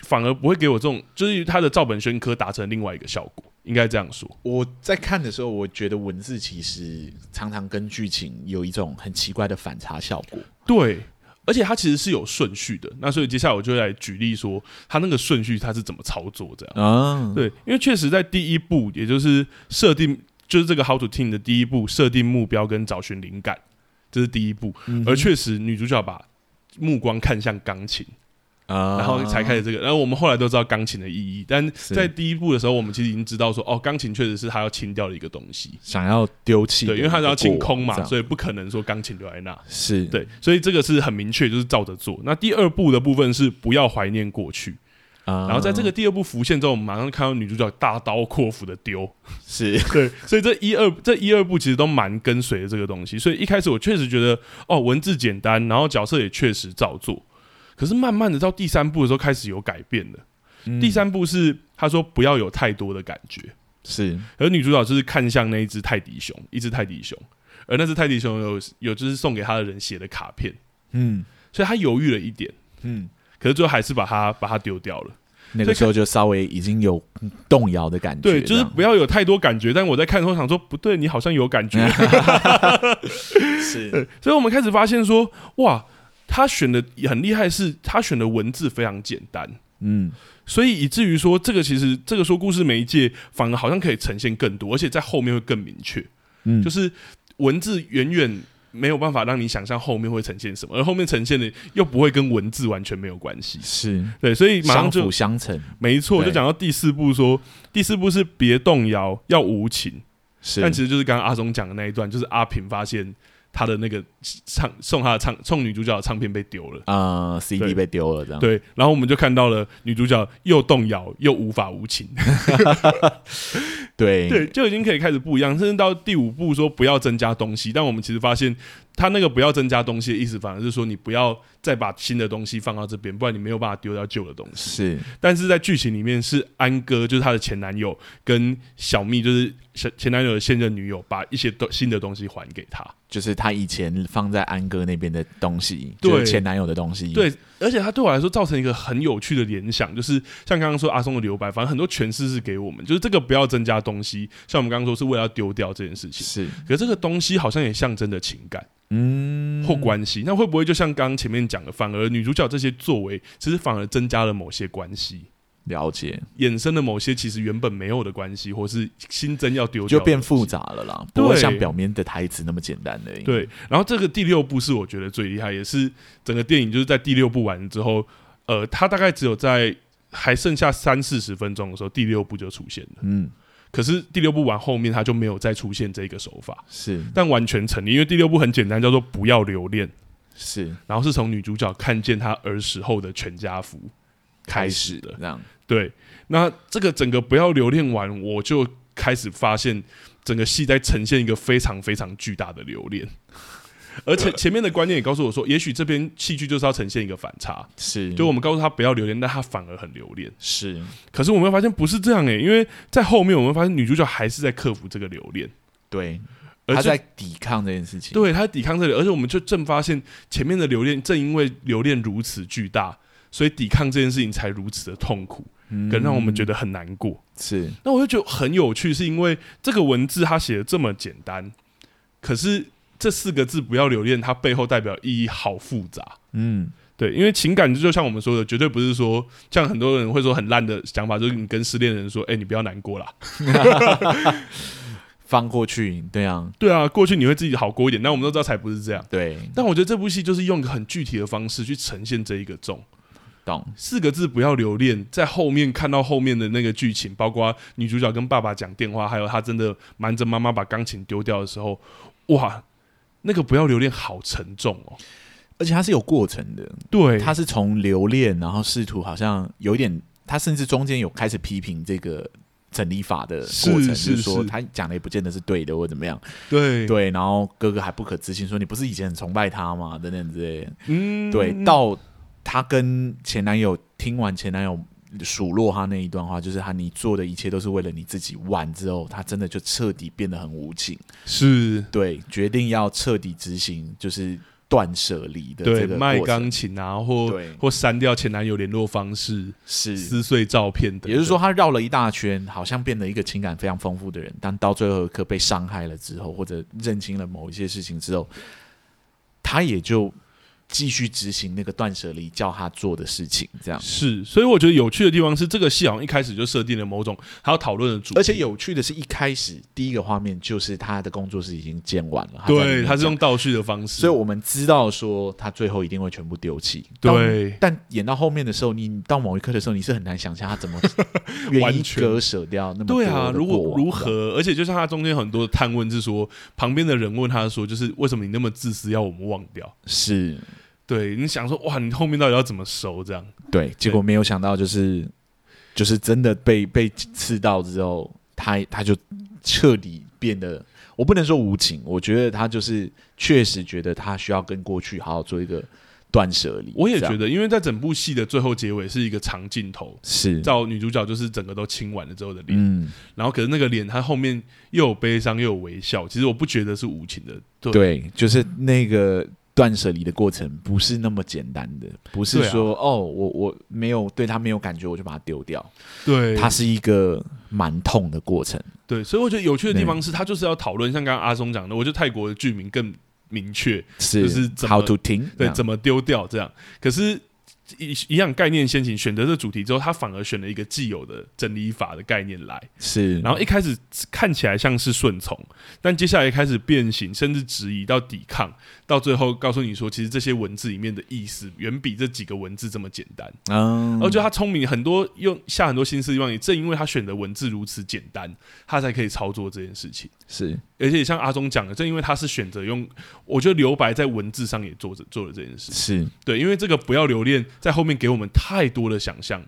Speaker 2: 反而不会给我这种，就是他的照本宣科达成另外一个效果，应该这样说。
Speaker 1: 我在看的时候，我觉得文字其实常常跟剧情有一种很奇怪的反差效果。
Speaker 2: 对。而且它其实是有顺序的，那所以接下来我就来举例说，它那个顺序它是怎么操作这样。
Speaker 1: 啊，
Speaker 2: 对，因为确实在第一步，也就是设定，就是这个 How to Team 的第一步，设定目标跟找寻灵感，这是第一步。
Speaker 1: 嗯哼
Speaker 2: 而确实，女主角把目光看向钢琴，
Speaker 1: 啊
Speaker 2: 然后才开始这个。然后我们后来都知道钢琴的意义，但
Speaker 1: 是
Speaker 2: 在第一步的时候，我们其实已经知道说，哦，钢琴确实是她要清掉的一个东西。
Speaker 1: 想要丢弃的
Speaker 2: 对，
Speaker 1: 一
Speaker 2: 因
Speaker 1: 个过往，
Speaker 2: 为她是要清空
Speaker 1: 这
Speaker 2: 嘛，
Speaker 1: 样
Speaker 2: 所以不可能说钢琴留在那。
Speaker 1: 是
Speaker 2: 对，所以这个是很明确，就是照着做。那第二步的部分是不要怀念过去。
Speaker 1: 啊
Speaker 2: 然后在这个第二步浮现之后，我们马上看到女主角大刀阔斧的丢，
Speaker 1: 是
Speaker 2: 对，所以这一二这一二部其实都蛮跟随着这个东西，所以一开始我确实觉得哦，文字简单，然后角色也确实照做，可是慢慢的到第三部的时候开始有改变了。
Speaker 1: 嗯
Speaker 2: 第三部是他说不要有太多的感觉，
Speaker 1: 是
Speaker 2: 而女主角就是看向那一只泰迪熊，一只泰迪熊，而那只泰迪熊有有就是送给他的人写的卡片，
Speaker 1: 嗯
Speaker 2: 所以他犹豫了一点，
Speaker 1: 嗯，
Speaker 2: 可是最后还是把它把它丢掉了。
Speaker 1: 那个时候就稍微已经有动摇的感觉，
Speaker 2: 对，就是
Speaker 1: 这样
Speaker 2: 不要有太多感觉。但我在看的时候想说，不对，你好像有感 觉，
Speaker 1: 是
Speaker 2: 所以我们开始发现说，哇，他选的很厉害是，他选的文字非常简单，
Speaker 1: 嗯
Speaker 2: 所以以至于说这个其实这个说故事媒介反而好像可以呈现更多，而且在后面会更明确，
Speaker 1: 嗯，
Speaker 2: 就是文字远远没有办法让你想象后面会呈现什么，而后面呈现的又不会跟文字完全没有关系。
Speaker 1: 是
Speaker 2: 对，所以马上
Speaker 1: 相
Speaker 2: 就
Speaker 1: 辅相成，
Speaker 2: 没错，
Speaker 1: 对
Speaker 2: 就讲到第四步说，第四步是别动摇，要无情。
Speaker 1: 是
Speaker 2: 但其实就是刚刚阿松讲的那一段，就是阿平发现他的那个唱送他的唱送女主角的唱片被丢了。
Speaker 1: 呃
Speaker 2: 对
Speaker 1: CD 被丢了这样，
Speaker 2: 对，然后我们就看到了女主角又动摇又无法无情，
Speaker 1: 嗯对
Speaker 2: 对，就已经可以开始不一样。甚至到第五步说不要增加东西，但我们其实发现他那个不要增加东西的意思，反而是说你不要再把新的东西放到这边，不然你没有办法丢掉旧的东西。
Speaker 1: 是
Speaker 2: 但是在剧情里面是安哥，就是她的前男友跟小蜜，就是前前男友的现任女友，把一些东新的东西还给他。
Speaker 1: 就是他以前放在安哥那边的东西，
Speaker 2: 对
Speaker 1: 就是前男友的东西，
Speaker 2: 对，而且他对我来说造成一个很有趣的联想，就是像刚刚说阿松的留白，反正很多诠释是给我们，就是这个不要增加东西，像我们刚刚说是为了要丢掉这件事情。
Speaker 1: 是
Speaker 2: 可是这个东西好像也象征着情感
Speaker 1: 嗯
Speaker 2: 或关系，那会不会就像刚刚前面讲的，反而女主角这些作为，其实反而增加了某些关系，
Speaker 1: 了解，
Speaker 2: 衍生了某些其实原本没有的关系，或是新增要丢掉
Speaker 1: 就
Speaker 2: 的
Speaker 1: 变
Speaker 2: 东西
Speaker 1: 复杂了啦，不会
Speaker 2: 对
Speaker 1: 像表面的台词那么简单而已。
Speaker 2: 对，然后这个第六部是我觉得最厉害，也是整个电影就是在第六部完之后，呃，它大概只有在还剩下三四十分钟的时候，第六部就出现了。
Speaker 1: 嗯，
Speaker 2: 可是第六部完后面，它就没有再出现这个手法，
Speaker 1: 是
Speaker 2: 但完全成立，因为第六部很简单，叫做不要留恋，
Speaker 1: 是
Speaker 2: 然后是从女主角看见她儿时候的全家福开始的。
Speaker 1: 这样，
Speaker 2: 对，那这个整个不要留恋完，我就开始发现整个戏在呈现一个非常非常巨大的留恋，而且前面的观念也告诉我说，也许这边戏剧就是要呈现一个反差，
Speaker 1: 是
Speaker 2: 就我们告诉他不要留恋，但他反而很留恋。
Speaker 1: 是
Speaker 2: 可是我们会发现不是这样欸诶、因为在后面我们会发现女主角还是在克服这个留恋，
Speaker 1: 对，
Speaker 2: 而
Speaker 1: 他
Speaker 2: 且
Speaker 1: 在抵抗这件事情。
Speaker 2: 对她抵抗这里，而且我们就正发现前面的留恋，正因为留恋如此巨大，所以抵抗这件事情才如此的痛苦，
Speaker 1: 嗯，
Speaker 2: 更让我们觉得很难过。
Speaker 1: 是
Speaker 2: 那我就觉得很有趣，是因为这个文字它写的这么简单，可是这四个字“不要留恋”，它背后代表意义好复杂。
Speaker 1: 嗯
Speaker 2: 对，因为情感就像我们说的，绝对不是说像很多人会说很烂的想法，就是你跟失恋的人说：“哎、你不要难过啦。
Speaker 1: 放过去，对啊”，
Speaker 2: 对啊，过去你会自己好过一点。但我们都知道才不是这样。
Speaker 1: 对，
Speaker 2: 但我觉得这部戏就是用一个很具体的方式去呈现这一个重
Speaker 1: 懂
Speaker 2: 四个字“不要留恋”。在后面看到后面的那个剧情，包括女主角跟爸爸讲电话，还有她真的瞒着妈妈把钢琴丢掉的时候，哇，那个“不要留恋”好沉重哦。
Speaker 1: 而且它是有过程的，
Speaker 2: 对，
Speaker 1: 它是从留恋，然后试图好像有一点，他甚至中间有开始批评这个整理法的过程，
Speaker 2: 是
Speaker 1: 就是说
Speaker 2: 是
Speaker 1: 他讲的也不见得是对的，或怎么样。
Speaker 2: 对，
Speaker 1: 对，然后哥哥还不可置信说：“你不是以前很崇拜他吗？”等等之类的。
Speaker 2: 嗯
Speaker 1: 对，到她跟前男友听完前男友数落她那一段话，就是他你做的一切都是为了你自己完之后，她真的就彻底变得很无情。
Speaker 2: 是，
Speaker 1: 对，决定要彻底执行就是断舍离的
Speaker 2: 对，
Speaker 1: 这个
Speaker 2: 卖
Speaker 1: 过程
Speaker 2: 钢琴啊，或
Speaker 1: 对
Speaker 2: 或删掉前男友联络方式、
Speaker 1: 是。
Speaker 2: 撕碎照片等等，
Speaker 1: 也就是说，他绕了一大圈，好像变得一个情感非常丰富的人，但到最后一刻被伤害了之后，或者认清了某一些事情之后，他也就继续执行那个断舍离叫他做的事情，这样。
Speaker 2: 是。所以我觉得有趣的地方是，这个戏好像一开始就设定了某种还要讨论的主题，
Speaker 1: 而且有趣的是，一开始第一个画面就是他的工作室已经建完了，在里
Speaker 2: 对，
Speaker 1: 面
Speaker 2: 他是
Speaker 1: 讲
Speaker 2: 用倒叙的方式，
Speaker 1: 所以我们知道说他最后一定会全部丢弃。
Speaker 2: 对
Speaker 1: 但，但演到后面的时候，你到某一刻的时候，你是很难想象他 怎么愿意
Speaker 2: 完全
Speaker 1: 割舍掉那么多
Speaker 2: 对啊，
Speaker 1: 的
Speaker 2: 如
Speaker 1: 过
Speaker 2: 果
Speaker 1: 往
Speaker 2: 如何？而且就像他中间很多的探问是说，旁边的人问他说，就是为什么你那么自私，要我们忘掉？
Speaker 1: 是
Speaker 2: 对，你想说哇，你后面到底要怎么收？这样
Speaker 1: 对，结果没有想到就是就是真的被被刺到之后，他他就彻底变得，我不能说无情，我觉得他就是确实觉得他需要跟过去好好做一个断舍离。
Speaker 2: 我也
Speaker 1: 这样
Speaker 2: 觉得，因为在整部戏的最后结尾是一个长镜头，
Speaker 1: 是，
Speaker 2: 照女主角就是整个都亲完了之后的脸，
Speaker 1: 嗯，
Speaker 2: 然后可是那个脸她后面又有悲伤又有微笑，其实我不觉得是无情的，对
Speaker 1: 对，就是那个断舍离的过程不是那么简单的，不是
Speaker 2: 对啊
Speaker 1: 说、哦，我我没有对他没有感觉，我就把它丢掉，
Speaker 2: 对，
Speaker 1: 它是一个蛮痛的过程。
Speaker 2: 对，所以我觉得有趣的地方是，他就是要讨论，像刚刚阿松讲的，我觉得泰国的剧名更明确，
Speaker 1: 是
Speaker 2: 就是怎么
Speaker 1: how to 停，这
Speaker 2: 对，
Speaker 1: 样
Speaker 2: 怎么丢掉这样。可是一一样概念先行，选择这主题之后，他反而选了一个既有的整理法的概念来，
Speaker 1: 是，
Speaker 2: 然后一开始看起来像是顺从，但接下来开始变形，甚至质疑到抵抗，到最后告诉你说，其实这些文字里面的意思远比这几个文字这么简单。
Speaker 1: 嗯，
Speaker 2: 而且他聪明，很多用下很多心思地方，也正因为他选的文字如此简单，他才可以操作这件事情。
Speaker 1: 是
Speaker 2: 而且像阿忠讲的，正因为他是选择用，我觉得留白在文字上也做着做了这件事。
Speaker 1: 是
Speaker 2: 对，因为这个不要留恋，在后面给我们太多的想象，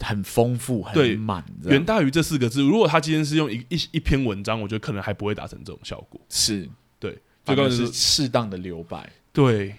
Speaker 1: 很丰富，
Speaker 2: 对
Speaker 1: 很满，这
Speaker 2: 远
Speaker 1: 样
Speaker 2: 大于这四个字。如果他今天是用一一一篇文章，我觉得可能还不会达成这种效果。
Speaker 1: 是
Speaker 2: 对，最
Speaker 1: 这
Speaker 2: 高
Speaker 1: 个
Speaker 2: 点
Speaker 1: 是
Speaker 2: 是，
Speaker 1: 适当的留白，
Speaker 2: 对，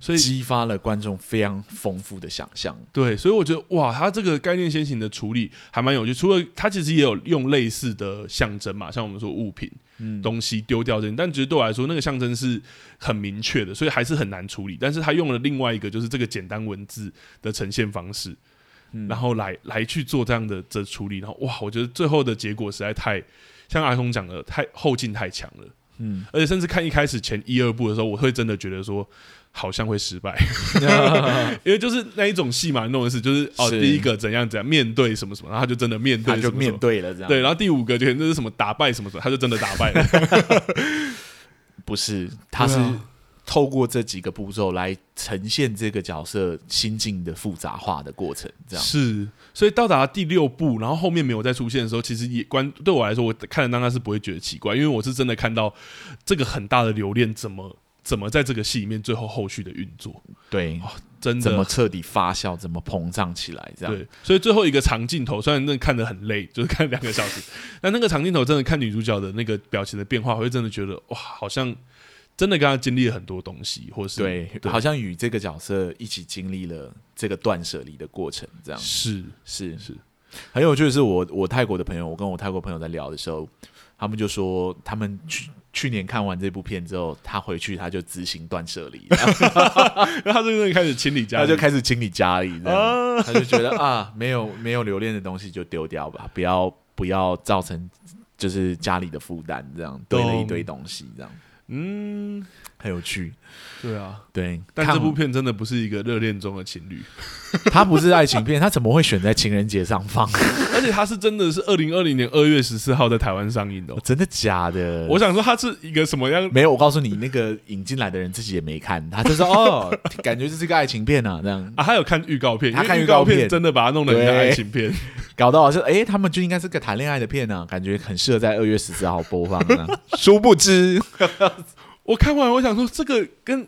Speaker 2: 所以
Speaker 1: 激发了观众非常丰富的想 象。
Speaker 2: 对，所以我觉得哇，他这个概念先行的处理还蛮有趣。除了他其实也有用类似的象征嘛，像我们说物品、
Speaker 1: 嗯，
Speaker 2: 东西丢掉这些，但其实对我来说，那个象征是很明确的，所以还是很难处理。但是他用了另外一个，就是这个简单文字的呈现方式，
Speaker 1: 嗯
Speaker 2: 然后来来去做这样的的处理。然后哇，我觉得最后的结果实在太像阿松讲的，太后劲太强了。
Speaker 1: 嗯，
Speaker 2: 而且甚至看一开始前一二部的时候，我会真的觉得说好像会失败，因为就是那一种戏嘛，弄的是就是哦，
Speaker 1: 是
Speaker 2: 第一个怎样怎样面对什么什么，然后他就真的面
Speaker 1: 他
Speaker 2: 对什么
Speaker 1: 就
Speaker 2: 什么
Speaker 1: 面对了这样。
Speaker 2: 对，然后第五个就那是什么打败什么什么，他就真的打 败了，
Speaker 1: 不是，他是
Speaker 2: 对啊
Speaker 1: 透过这几个步骤来呈现这个角色心境的复杂化的过程，这样
Speaker 2: 是，所以到达第六部，然后后面没有再出现的时候，其实也关对我来说，我看了当下是不会觉得奇怪，因为我是真的看到这个很大的留恋怎么怎么在这个戏里面最后后续的运作，
Speaker 1: 对，
Speaker 2: 哦真
Speaker 1: 怎
Speaker 2: 的
Speaker 1: 么彻底发酵，怎么膨胀起来，这样
Speaker 2: 对，所以最后一个长镜头，虽然那看得很累， 就是看两个小时，但那个长镜头真的看女主角的那个表情的变化，会真的觉得哇，好像真的跟她经历了很多东西，或是
Speaker 1: 对，
Speaker 2: 对
Speaker 1: 好像与这个角色一起经历了这个断舍离的过程，这样
Speaker 2: 是
Speaker 1: 是
Speaker 2: 是
Speaker 1: 很有趣的是我，我泰国的朋友，我跟我泰国朋友在聊的时候，他们就说他们去去年看完这部片之后，他回去他就执行断舍离， 然后
Speaker 2: 然后她真的开始清理家
Speaker 1: 他
Speaker 2: 里，
Speaker 1: 就开始清理家里，这样
Speaker 2: 啊，
Speaker 1: 他就觉得啊，没有没有留恋的东西就丢掉吧，不要不要造成就是家里的负担，这样堆了一堆东西，这样
Speaker 2: 嗯，
Speaker 1: 很有趣。
Speaker 2: 对啊，
Speaker 1: 对，
Speaker 2: 但
Speaker 1: 看
Speaker 2: 这部片真的不是一个热恋中的情侣，
Speaker 1: 它不是爱情片，它怎么会选在情人节上 放？
Speaker 2: 而且它是真的是二零二零年二月十四号在台湾上映的哦、
Speaker 1: 真的假的？
Speaker 2: 我想说它是一个什么样？
Speaker 1: 没有，我告诉你，那个引进来的人自己也没看，他 就说哦，感觉这是个爱情片啊，这样
Speaker 2: 啊，他有看预告片，因
Speaker 1: 他
Speaker 2: 为
Speaker 1: 看
Speaker 2: 预
Speaker 1: 预告
Speaker 2: 告片
Speaker 1: 片
Speaker 2: 真的把它弄得很像
Speaker 1: 对
Speaker 2: 爱情片，
Speaker 1: 搞到好像哎，他们就应该是个谈恋爱的片啊，感觉很适合在二月十四号播放啊。 殊不知，
Speaker 2: 我看完，我想说，这个跟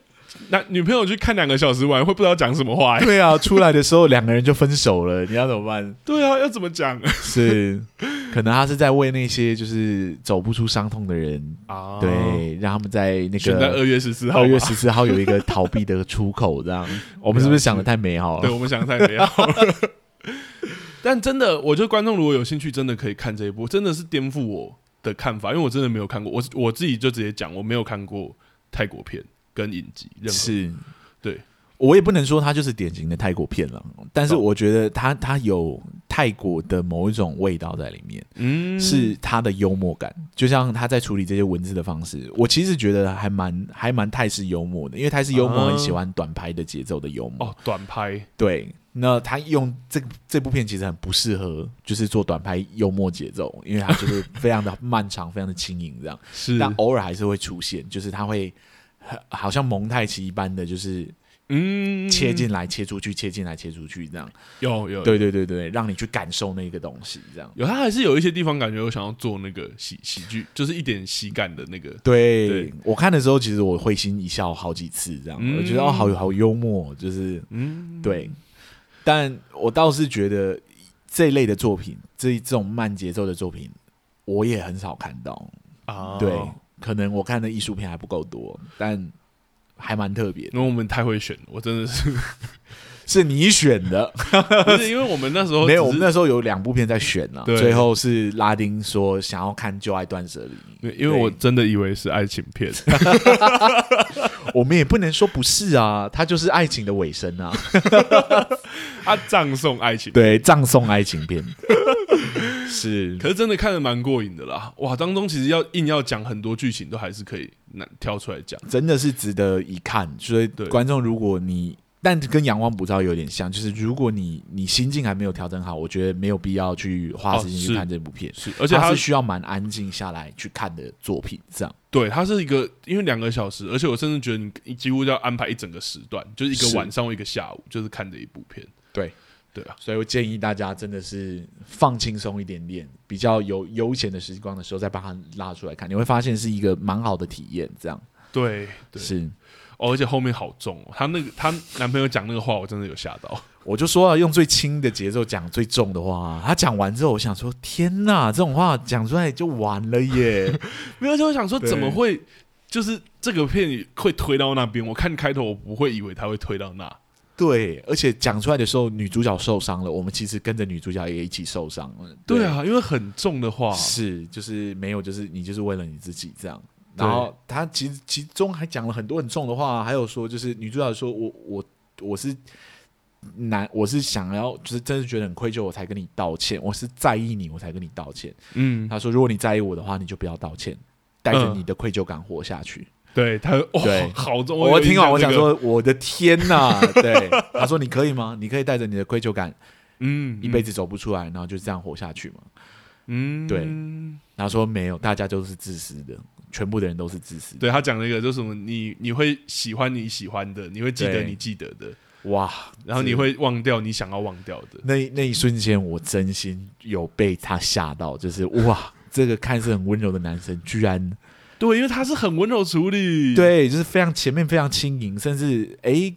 Speaker 2: 男女朋友去看两个小时玩，会不知道讲什么话、 欸。
Speaker 1: 对啊，出来的时候两个人就分手了，你要怎么办？
Speaker 2: 对啊，要怎么讲
Speaker 1: 是，可能他是在为那些就是走不出伤痛的人，
Speaker 2: 啊
Speaker 1: 对，让他们在那
Speaker 2: 选在
Speaker 1: 个
Speaker 2: 二月十四号吧，
Speaker 1: 二月十四号有一个逃避的出口，这 样。我们是不是想的太美好
Speaker 2: 对
Speaker 1: 了？
Speaker 2: 我们想的太 美好了。但真的，我觉得观众如果有兴趣，真的可以看这一部，真的是颠覆我的看法，因为我真的没有看过，我我自己就直接讲，我没有看过泰国片跟影集，任何
Speaker 1: 是，
Speaker 2: 对。哦
Speaker 1: 我也不能说它就是典型的泰国片了，但是我觉得它它有泰国的某一种味道在里面。
Speaker 2: 嗯
Speaker 1: 是他的幽默感，就像他在处理这些文字的方式，我其实觉得还蛮还蛮泰式幽默的，因为泰式幽默
Speaker 2: 啊
Speaker 1: 很喜欢短拍的节奏的幽默。
Speaker 2: 哦，短拍
Speaker 1: 对，那他用这这部片其实很不适合，就是做短拍幽默节奏，因为它就是非常的漫长，非常的轻盈这样，
Speaker 2: 是
Speaker 1: 但偶尔还是会出现，就是他会很好像蒙太奇一般的，就是
Speaker 2: 嗯
Speaker 1: 切进来、切出去、切进来、切出去这样。
Speaker 2: 有有
Speaker 1: 对对对对，让你去感受那个东西这样。
Speaker 2: 有，他还是有一些地方感觉我想要做那个喜喜剧，就是一点喜感的那个。
Speaker 1: 对
Speaker 2: 对
Speaker 1: 我看的时候，其实我会心一笑好几次，这样、
Speaker 2: 嗯
Speaker 1: 我觉得哦，好好幽默，就是
Speaker 2: 嗯，
Speaker 1: 对。但我倒是觉得这一类的作品，这这种慢节奏的作品，我也很少看到。
Speaker 2: 啊，
Speaker 1: 对，可能我看的艺术片还不够多，但还蛮特别的，
Speaker 2: 因为我们太会选了，我真的是，
Speaker 1: 是你选 的。
Speaker 2: 不是因为我们那时候
Speaker 1: 没有，
Speaker 2: 哦只
Speaker 1: 我
Speaker 2: 是
Speaker 1: 们那时候有两部片在选呢、啊，
Speaker 2: 对
Speaker 1: 最后是拉丁说想要看《就爱断舍离
Speaker 2: 对因为我真的以为是爱情 片，》，
Speaker 1: 我们也不能说不是啊，它就是爱情的尾声啊。
Speaker 2: 他葬送爱情。
Speaker 1: 对，葬送爱情 片是
Speaker 2: 可是真的看得蛮过瘾的啦，哇！当中其实要硬要讲很多剧情，都还是可以拿挑出来讲。
Speaker 1: 真的是值得一看，所以
Speaker 2: 对
Speaker 1: 观众如果你。但跟阳光普照有点像，就是如果你你心境还没有调整好，我觉得没有必要去花
Speaker 2: 哦
Speaker 1: 时间
Speaker 2: 是
Speaker 1: 去看这部片，
Speaker 2: 是，而且
Speaker 1: 它
Speaker 2: 它
Speaker 1: 是需要蛮安静下来去看的作品。这样
Speaker 2: 对它是一个，因为两个小时，而且我甚至觉得你你几乎要安排一整个时段，就是一
Speaker 1: 是
Speaker 2: 个晚上或一个下午，就是看这一部片。
Speaker 1: 对，
Speaker 2: 对啊，
Speaker 1: 所以我建议大家真的是放轻松一点点，比较有悠闲的时光的时候再把它拉出来看，你会发现是一个蛮好的体验。这样
Speaker 2: 对对、
Speaker 1: 是，
Speaker 2: 哦，而且后面好重哦，她那个她男朋友讲那个话，我真的有吓到。
Speaker 1: 我就说啊，用最轻的节奏讲最重的话啊。他讲完之后，我想说，天哪，这种话讲出来就完了耶。
Speaker 2: 没有，而且我想说
Speaker 1: 对
Speaker 2: 怎么会，就是这个片会推到那边？我看开头我不会以为他会推到那。
Speaker 1: 对，而且讲出来的时候，女主角受伤了，我们其实跟着女主角也一起受伤了。
Speaker 2: 对，啊，因为很重的话，
Speaker 1: 是就是没有，就是你就是为了你自己这样。
Speaker 2: 对
Speaker 1: 然后他其实其中还讲了很多很重的话，还有说就是女主角说我我我是男，我是想要就是真是觉得很愧疚，我才跟你道歉，我是在意你，我才跟你道歉。
Speaker 2: 嗯，
Speaker 1: 他说如果你在意我的话，你就不要道歉，带着你的愧疚感活下去。
Speaker 2: 对他哇
Speaker 1: 对，
Speaker 2: 好重。
Speaker 1: 我
Speaker 2: 有印
Speaker 1: 听
Speaker 2: 象
Speaker 1: 完我
Speaker 2: 这
Speaker 1: 想
Speaker 2: 个，
Speaker 1: 说我的天呐，对，他说你可以吗？你可以带着你的愧疚感
Speaker 2: 嗯，
Speaker 1: 一辈子走不出来，然后就这样活下去嘛。
Speaker 2: 嗯，
Speaker 1: 对
Speaker 2: 嗯，
Speaker 1: 然后说没有，大家都是自私的，全部的人都是自私的。
Speaker 2: 对他讲那个就是什么，你你会喜欢你喜欢的，你会记得
Speaker 1: 对
Speaker 2: 你记得的，
Speaker 1: 哇，
Speaker 2: 然后你
Speaker 1: 是
Speaker 2: 会忘掉你想要忘掉的。
Speaker 1: 那那一瞬间，我真心有被他吓到，就是哇，这个看似很温柔的男生，居然
Speaker 2: 对，因为他是很温柔处理。，
Speaker 1: 对，就是非常前面非常轻盈，甚至诶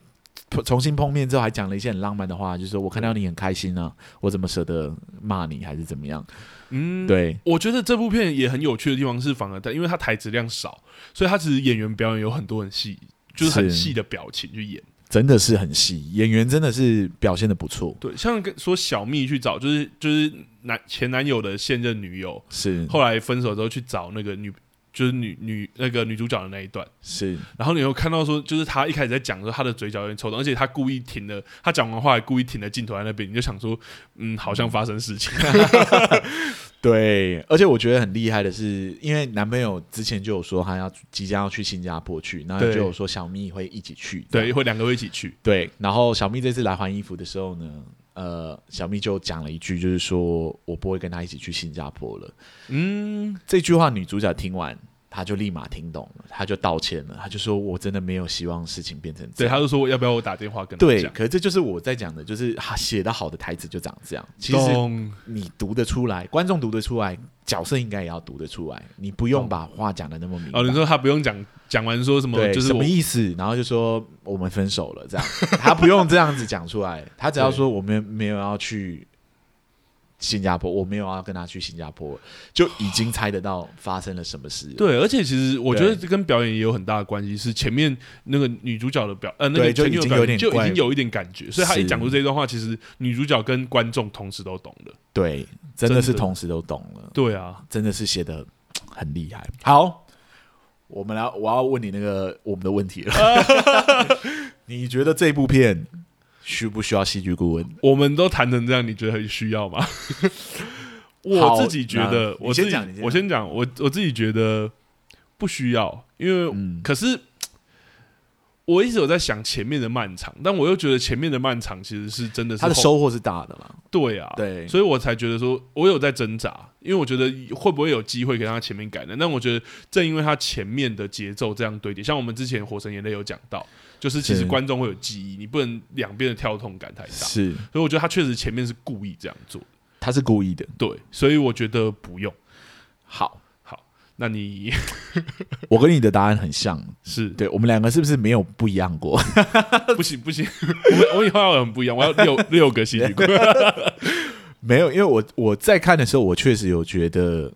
Speaker 1: 重新碰面之后还讲了一些很浪漫的话，就是说我看到你很开心啊，我怎么舍得骂你还是怎么样？
Speaker 2: 嗯，。
Speaker 1: 对，
Speaker 2: 我觉得这部片也很有趣的地方是，反而它因为它台词量少，所以它其实演员表演有很多很细，就是很
Speaker 1: 是
Speaker 2: 细的表情去演。
Speaker 1: 真的是很细，演员真的是表现的不错，
Speaker 2: 对，像跟说小蜜去找，就是就是男前男友的现任女友，
Speaker 1: 是
Speaker 2: 后来分手之后去找那个女，就是女女那个女主角的那一段，
Speaker 1: 是
Speaker 2: 然后你又看到说，就是他一开始在讲的时候，他的嘴角有点抽动，而且他故意停了，他讲完话还故意停了镜头在那边，你就想说，嗯，好像发生事情。
Speaker 1: 对，而且我觉得很厉害的是，因为男朋友之前就有说他要即将要去新加坡去，然后
Speaker 2: 对
Speaker 1: 就有说小蜜会一起去，这
Speaker 2: 对，
Speaker 1: 样
Speaker 2: 会两个会一起去。
Speaker 1: 对，然后小蜜这次来还衣服的时候呢，呃，小蜜就讲了一句，就是说我不会跟他一起去新加坡了。
Speaker 2: 嗯，
Speaker 1: 这句话女主角听完，她就立马听懂了，她就道歉了，她就说我真的没有希望事情变成这
Speaker 2: 对，
Speaker 1: 样。
Speaker 2: 他就说要不要我打电话跟他
Speaker 1: 对，
Speaker 2: 讲。
Speaker 1: 可是这就是我在讲的，就是啊写的好的台词就长这样。其实
Speaker 2: 懂
Speaker 1: 你读得出来，观众读得出来，角色应该也要读得出来。你不用把话讲的那么明白。
Speaker 2: 哦，你说他不用讲，讲完说什么
Speaker 1: 对，
Speaker 2: 就是
Speaker 1: 什
Speaker 2: 我
Speaker 1: 么意思？然后就说我们分手了，这样 他不用这样子讲出来，他只要说我们没有要去新加坡，我没有要跟他去新加坡，就已经猜得到发生了什么事了。
Speaker 2: 对，而且其实我觉
Speaker 1: 对
Speaker 2: 得这跟表演也有很大的关系，是前面那个女主角的表，呃，那个
Speaker 1: 对就
Speaker 2: 前女友
Speaker 1: 已经
Speaker 2: 表
Speaker 1: 有
Speaker 2: 演
Speaker 1: 点
Speaker 2: 就已
Speaker 1: 怪
Speaker 2: 经有一点感觉，所以她一
Speaker 1: 是
Speaker 2: 讲出这段话，其实女主角跟观众同时都懂了。
Speaker 1: 对，真的是
Speaker 2: 真的
Speaker 1: 同时都懂了，
Speaker 2: 对啊，
Speaker 1: 真的是写的很厉害。好，我们来，我要问你那个我们的问 题了，你觉得这部片需不需要戏剧顾问？
Speaker 2: 我们都谈成这样，你觉得很需要吗？
Speaker 1: 好
Speaker 2: 我自己觉得，
Speaker 1: 那
Speaker 2: 我自
Speaker 1: 你先
Speaker 2: 己
Speaker 1: 讲你先
Speaker 2: 我先讲，我我自己觉得不需要，因为、
Speaker 1: 嗯
Speaker 2: 可是。我一直有在想前面的漫长，但我又觉得前面的漫长其实是真的是
Speaker 1: 他的
Speaker 2: 后
Speaker 1: 收获是大的啦，
Speaker 2: 对啊，
Speaker 1: 对
Speaker 2: 所以我才觉得说，我有在挣扎，因为我觉得会不会有机会给他前面改呢？但我觉得正因为他前面的节奏这样堆叠，像我们之前《火神眼泪》有讲到，就是其实
Speaker 1: 是
Speaker 2: 观众会有记忆，你不能两边的跳动感太大，所
Speaker 1: 是
Speaker 2: 以我觉得他确实前面是故意这样做，
Speaker 1: 他是故意的。
Speaker 2: 对，所以我觉得不用。
Speaker 1: 好，
Speaker 2: 那你
Speaker 1: 我跟你的答案很像，
Speaker 2: 是
Speaker 1: 对我们两个是不是没有不一样过？
Speaker 2: 不行不行，我我以后要很不一样，我要六 六个戏剧顾问
Speaker 1: 没有，因为我我在看的时候，我确实有觉得嘖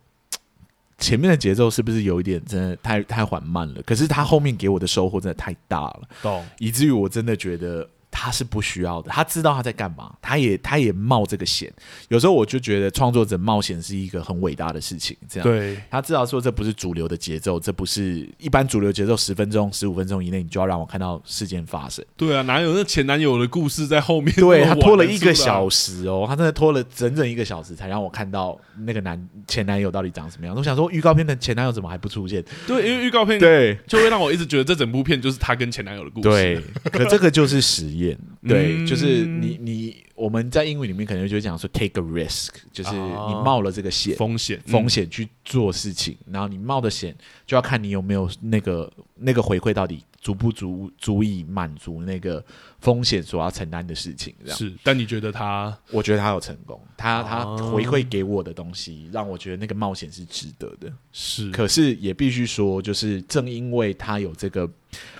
Speaker 1: 前面的节奏是不是有一点真的太太缓慢了？可是他后面给我的收获真的太大了，
Speaker 2: 懂
Speaker 1: 以至于我真的觉得他是不需要的。他知道他在干嘛，他也他也冒这个险。有时候我就觉得创作者冒险是一个很伟大的事情，这样。
Speaker 2: 对
Speaker 1: 他知道说这不是主流的节奏，这不是一般主流节奏，十分钟、十五分钟以内，你就要让我看到事件发生。
Speaker 2: 对啊，哪有那前男友的故事在后面？
Speaker 1: 对他拖了
Speaker 2: 那么晚才
Speaker 1: 一个
Speaker 2: 出来啊
Speaker 1: 小时哦，他真的拖了整整一个小时才让我看到那个男前男友到底长什么样。我想说，预告片的前男友怎么还不出现？
Speaker 2: 对，因为预告片
Speaker 1: 对
Speaker 2: 就会让我一直觉得这整部片就是她跟前男友的故事。
Speaker 1: 对，可这个就是实验， 点，对，
Speaker 2: 嗯
Speaker 1: 就是你你我们在英语里面可能就会讲说 take a risk，就是你
Speaker 2: 哦
Speaker 1: 冒了这个险。
Speaker 2: 风险
Speaker 1: 风险去做事情，然后你冒的险就要看你有没有那个那个回馈到底足不足足以满足那个风险所要承担的事情。这样，
Speaker 2: 嗯是，但你觉得他
Speaker 1: 我觉得他有成功，他他
Speaker 2: 哦
Speaker 1: 回馈给我的东西，让我觉得那个冒险是值得的。
Speaker 2: 是
Speaker 1: 可是也必须说，就是正因为他有这个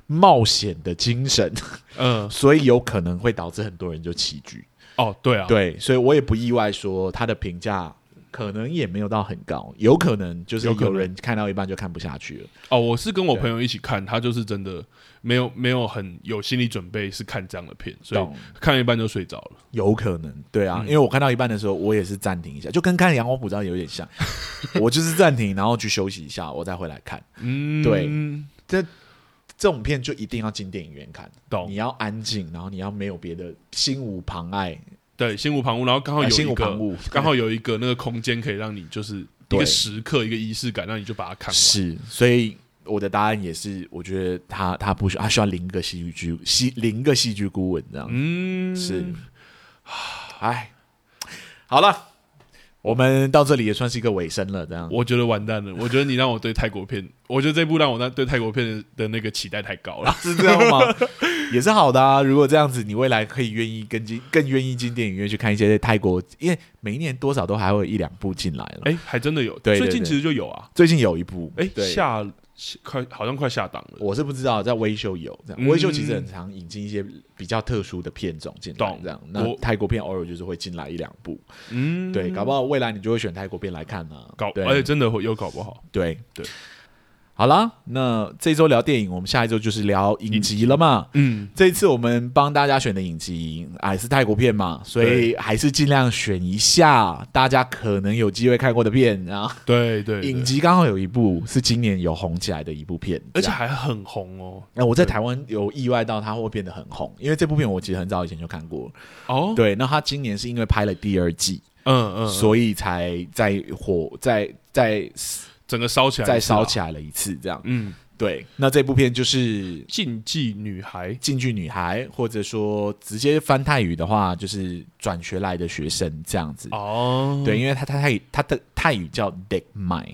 Speaker 1: 冒险的精神，
Speaker 2: 嗯
Speaker 1: 所以有可能会导致很多人就弃剧。
Speaker 2: 哦对啊，
Speaker 1: 对，所以我也不意外说他的评价可能也没有到很高，有可能就是
Speaker 2: 有可能
Speaker 1: 有人看到一半就看不下去了。
Speaker 2: 哦我是跟我
Speaker 1: 对
Speaker 2: 朋友一起看，他就是真的没有没有很有心理准备是看这样的片，所
Speaker 1: 懂
Speaker 2: 以？看一半就睡着了。
Speaker 1: 有可能，对啊，
Speaker 2: 嗯
Speaker 1: 因为我看到一半的时候，我也是暂停一下，就跟看《阳光普照》有点 像，我就是暂停，然后去休息一下，我再回来看。
Speaker 2: 嗯，
Speaker 1: 对，这种片就一定要进电影院看，你
Speaker 2: 懂。
Speaker 1: 要安静，然后你要没有别的心无旁碍，
Speaker 2: 对，心无旁骛，然后刚好哦
Speaker 1: 呃
Speaker 2: 有
Speaker 1: 心
Speaker 2: 一
Speaker 1: 无旁
Speaker 2: 个，
Speaker 1: 骛，
Speaker 2: 刚好有一个那个空间可以让你就是一
Speaker 1: 对
Speaker 2: 个时刻一个仪式感，让你就把它看完。
Speaker 1: 是，所以我的答案也是，我觉得他他不需他需要零个戏剧戏零个戏剧顾问这样，
Speaker 2: 嗯，
Speaker 1: 是，哎，好了，我们到这里也算是一个尾声了，这样
Speaker 2: 我觉得完蛋了。我觉得你让我对泰国片，我觉得这部让我那对泰国片的那个期待太高了。
Speaker 1: 是这样吗？ 也是好的啊，如果这样子，你未来可以愿意跟进，更愿意进电影院去看一些泰国，因为每一年多少都还会有一两部进来了。
Speaker 2: 哎，还真的有，
Speaker 1: 对对
Speaker 2: 最近
Speaker 1: 对
Speaker 2: 其实就有啊。
Speaker 1: 最近有一部，
Speaker 2: 哎，
Speaker 1: 对，
Speaker 2: 下下快好像快下档了。
Speaker 1: 我是不知道，在微秀有这样，
Speaker 2: 嗯
Speaker 1: 微秀其实很常引进一些比较特殊的片种进来
Speaker 2: 懂，
Speaker 1: 这样。那
Speaker 2: 我
Speaker 1: 泰国片偶尔就是会进来一两部，
Speaker 2: 嗯，
Speaker 1: 对，搞不好未来你就会选泰国片来看呢、
Speaker 2: 搞，
Speaker 1: 对、
Speaker 2: 而且真的会有搞不好。
Speaker 1: 对
Speaker 2: 对。
Speaker 1: 好啦，那这周聊电影，我们下一周就是聊影集了嘛。
Speaker 2: 嗯，
Speaker 1: 这一次我们帮大家选的影集啊，也是泰国片嘛，所以还是尽量选一下大家可能有机会看过的片。然后
Speaker 2: 对对，对
Speaker 1: 影集刚好有一部是今年有红起来的一部片，
Speaker 2: 而
Speaker 1: 这
Speaker 2: 且
Speaker 1: 样
Speaker 2: 还很红哦。
Speaker 1: 那我在台湾有意外到它会变得很红，因为这部片我其实很早以前就看过了。
Speaker 2: 哦，
Speaker 1: 对，那它今年是因为拍了第二季，
Speaker 2: 嗯嗯，
Speaker 1: 所以才在火在在
Speaker 2: 整个烧起来，
Speaker 1: 在烧起
Speaker 2: 来。
Speaker 1: 来了一次这样。
Speaker 2: 嗯，
Speaker 1: 对，那这部片就是
Speaker 2: 禁忌女孩。
Speaker 1: 进去女孩，或者说直接翻泰语的话，就是转学来的学生这样子。
Speaker 2: 哦，
Speaker 1: 对，，因为他他泰语他的泰语叫 “dek mai”。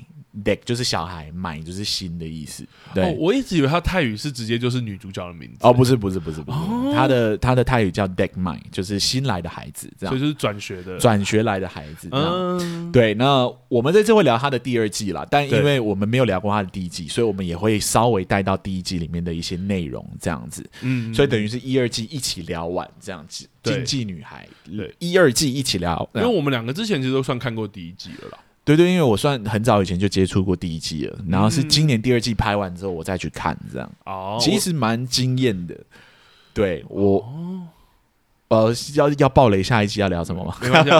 Speaker 1: Dek 就是小孩，买就是新的意思。对，
Speaker 2: 哦，我一直以为她泰语是直接就是女主角的名字，
Speaker 1: 哦，不是不是不是不是，
Speaker 2: 哦
Speaker 1: 他的他的泰语叫 “dek mai”，就是新来的孩子，这
Speaker 2: 所以
Speaker 1: 样
Speaker 2: 就是转学的。
Speaker 1: 啊转啊学来的孩子。这样
Speaker 2: 嗯，
Speaker 1: 对，那我们这次会聊他的第二季啦，但
Speaker 2: 对
Speaker 1: 因为我们没有聊过他的第一季，所以我们也会稍微带到第一季里面的一些内容这样子。
Speaker 2: 嗯，
Speaker 1: 所以等于是一二季一起聊完这样子，《禁
Speaker 2: 对
Speaker 1: 忌女孩》
Speaker 2: 对
Speaker 1: 一二季一起聊，
Speaker 2: 因为我们两个之前其实都算看过第一季了啦。
Speaker 1: 对对，因为我算很早以前就接触过第一季了，然后是
Speaker 2: 嗯
Speaker 1: 今年第二季拍完之后我再去看，这样
Speaker 2: 哦，
Speaker 1: 其实蛮惊艳的。对我，
Speaker 2: 哦
Speaker 1: 呃，要要爆雷下一季要聊什 么吗？
Speaker 2: 没关系啊，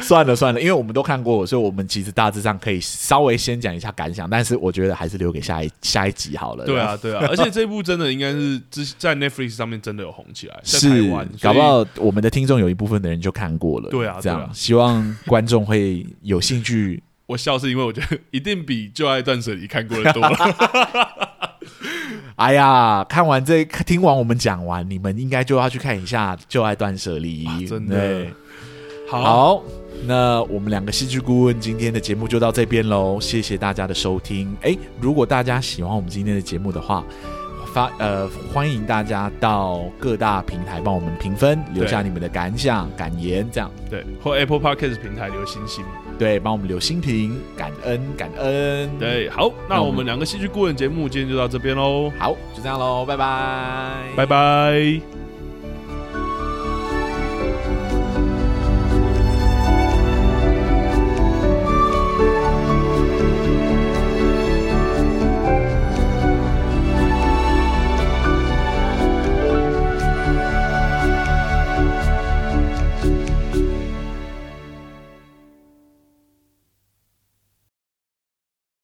Speaker 1: 算了算了，因为我们都看过，所以我们其实大致上可以稍微先讲一下感想，但是我觉得还是留给下一下一集好了。
Speaker 2: 对啊，对啊，而且这部真的应该是之在 Netflix 上面真的有红起来，在
Speaker 1: 是
Speaker 2: 台湾，，
Speaker 1: 搞不
Speaker 2: 所以
Speaker 1: 好我们的听众有一部分的人就看过了。
Speaker 2: 对啊
Speaker 1: 这
Speaker 2: 对啊
Speaker 1: 样希望观众会有兴趣。
Speaker 2: 我笑是因为我觉得一定比《旧爱断舍离》看过的 多了。
Speaker 1: 哎呀，看完这听完我们讲完，你们应该就要去看一下《旧爱断舍离》
Speaker 2: 哇真的
Speaker 1: 对
Speaker 2: 好
Speaker 1: 好。那我们两个戏剧顾问今天的节目就到这边喽，谢谢大家的收听。哎，如果大家喜欢我们今天的节目的话，发呃欢迎大家到各大平台帮我们评分，留下你们的感想、感言，这样
Speaker 2: 对，或 Apple Podcast 平台留星星。
Speaker 1: 对，帮我们留新评，感恩感恩。，
Speaker 2: 对，好，那
Speaker 1: 那我
Speaker 2: 我们
Speaker 1: 们
Speaker 2: 两个戏剧顾问节目今天就到这边喽，
Speaker 1: 好，就这样喽，拜拜，
Speaker 2: 拜拜。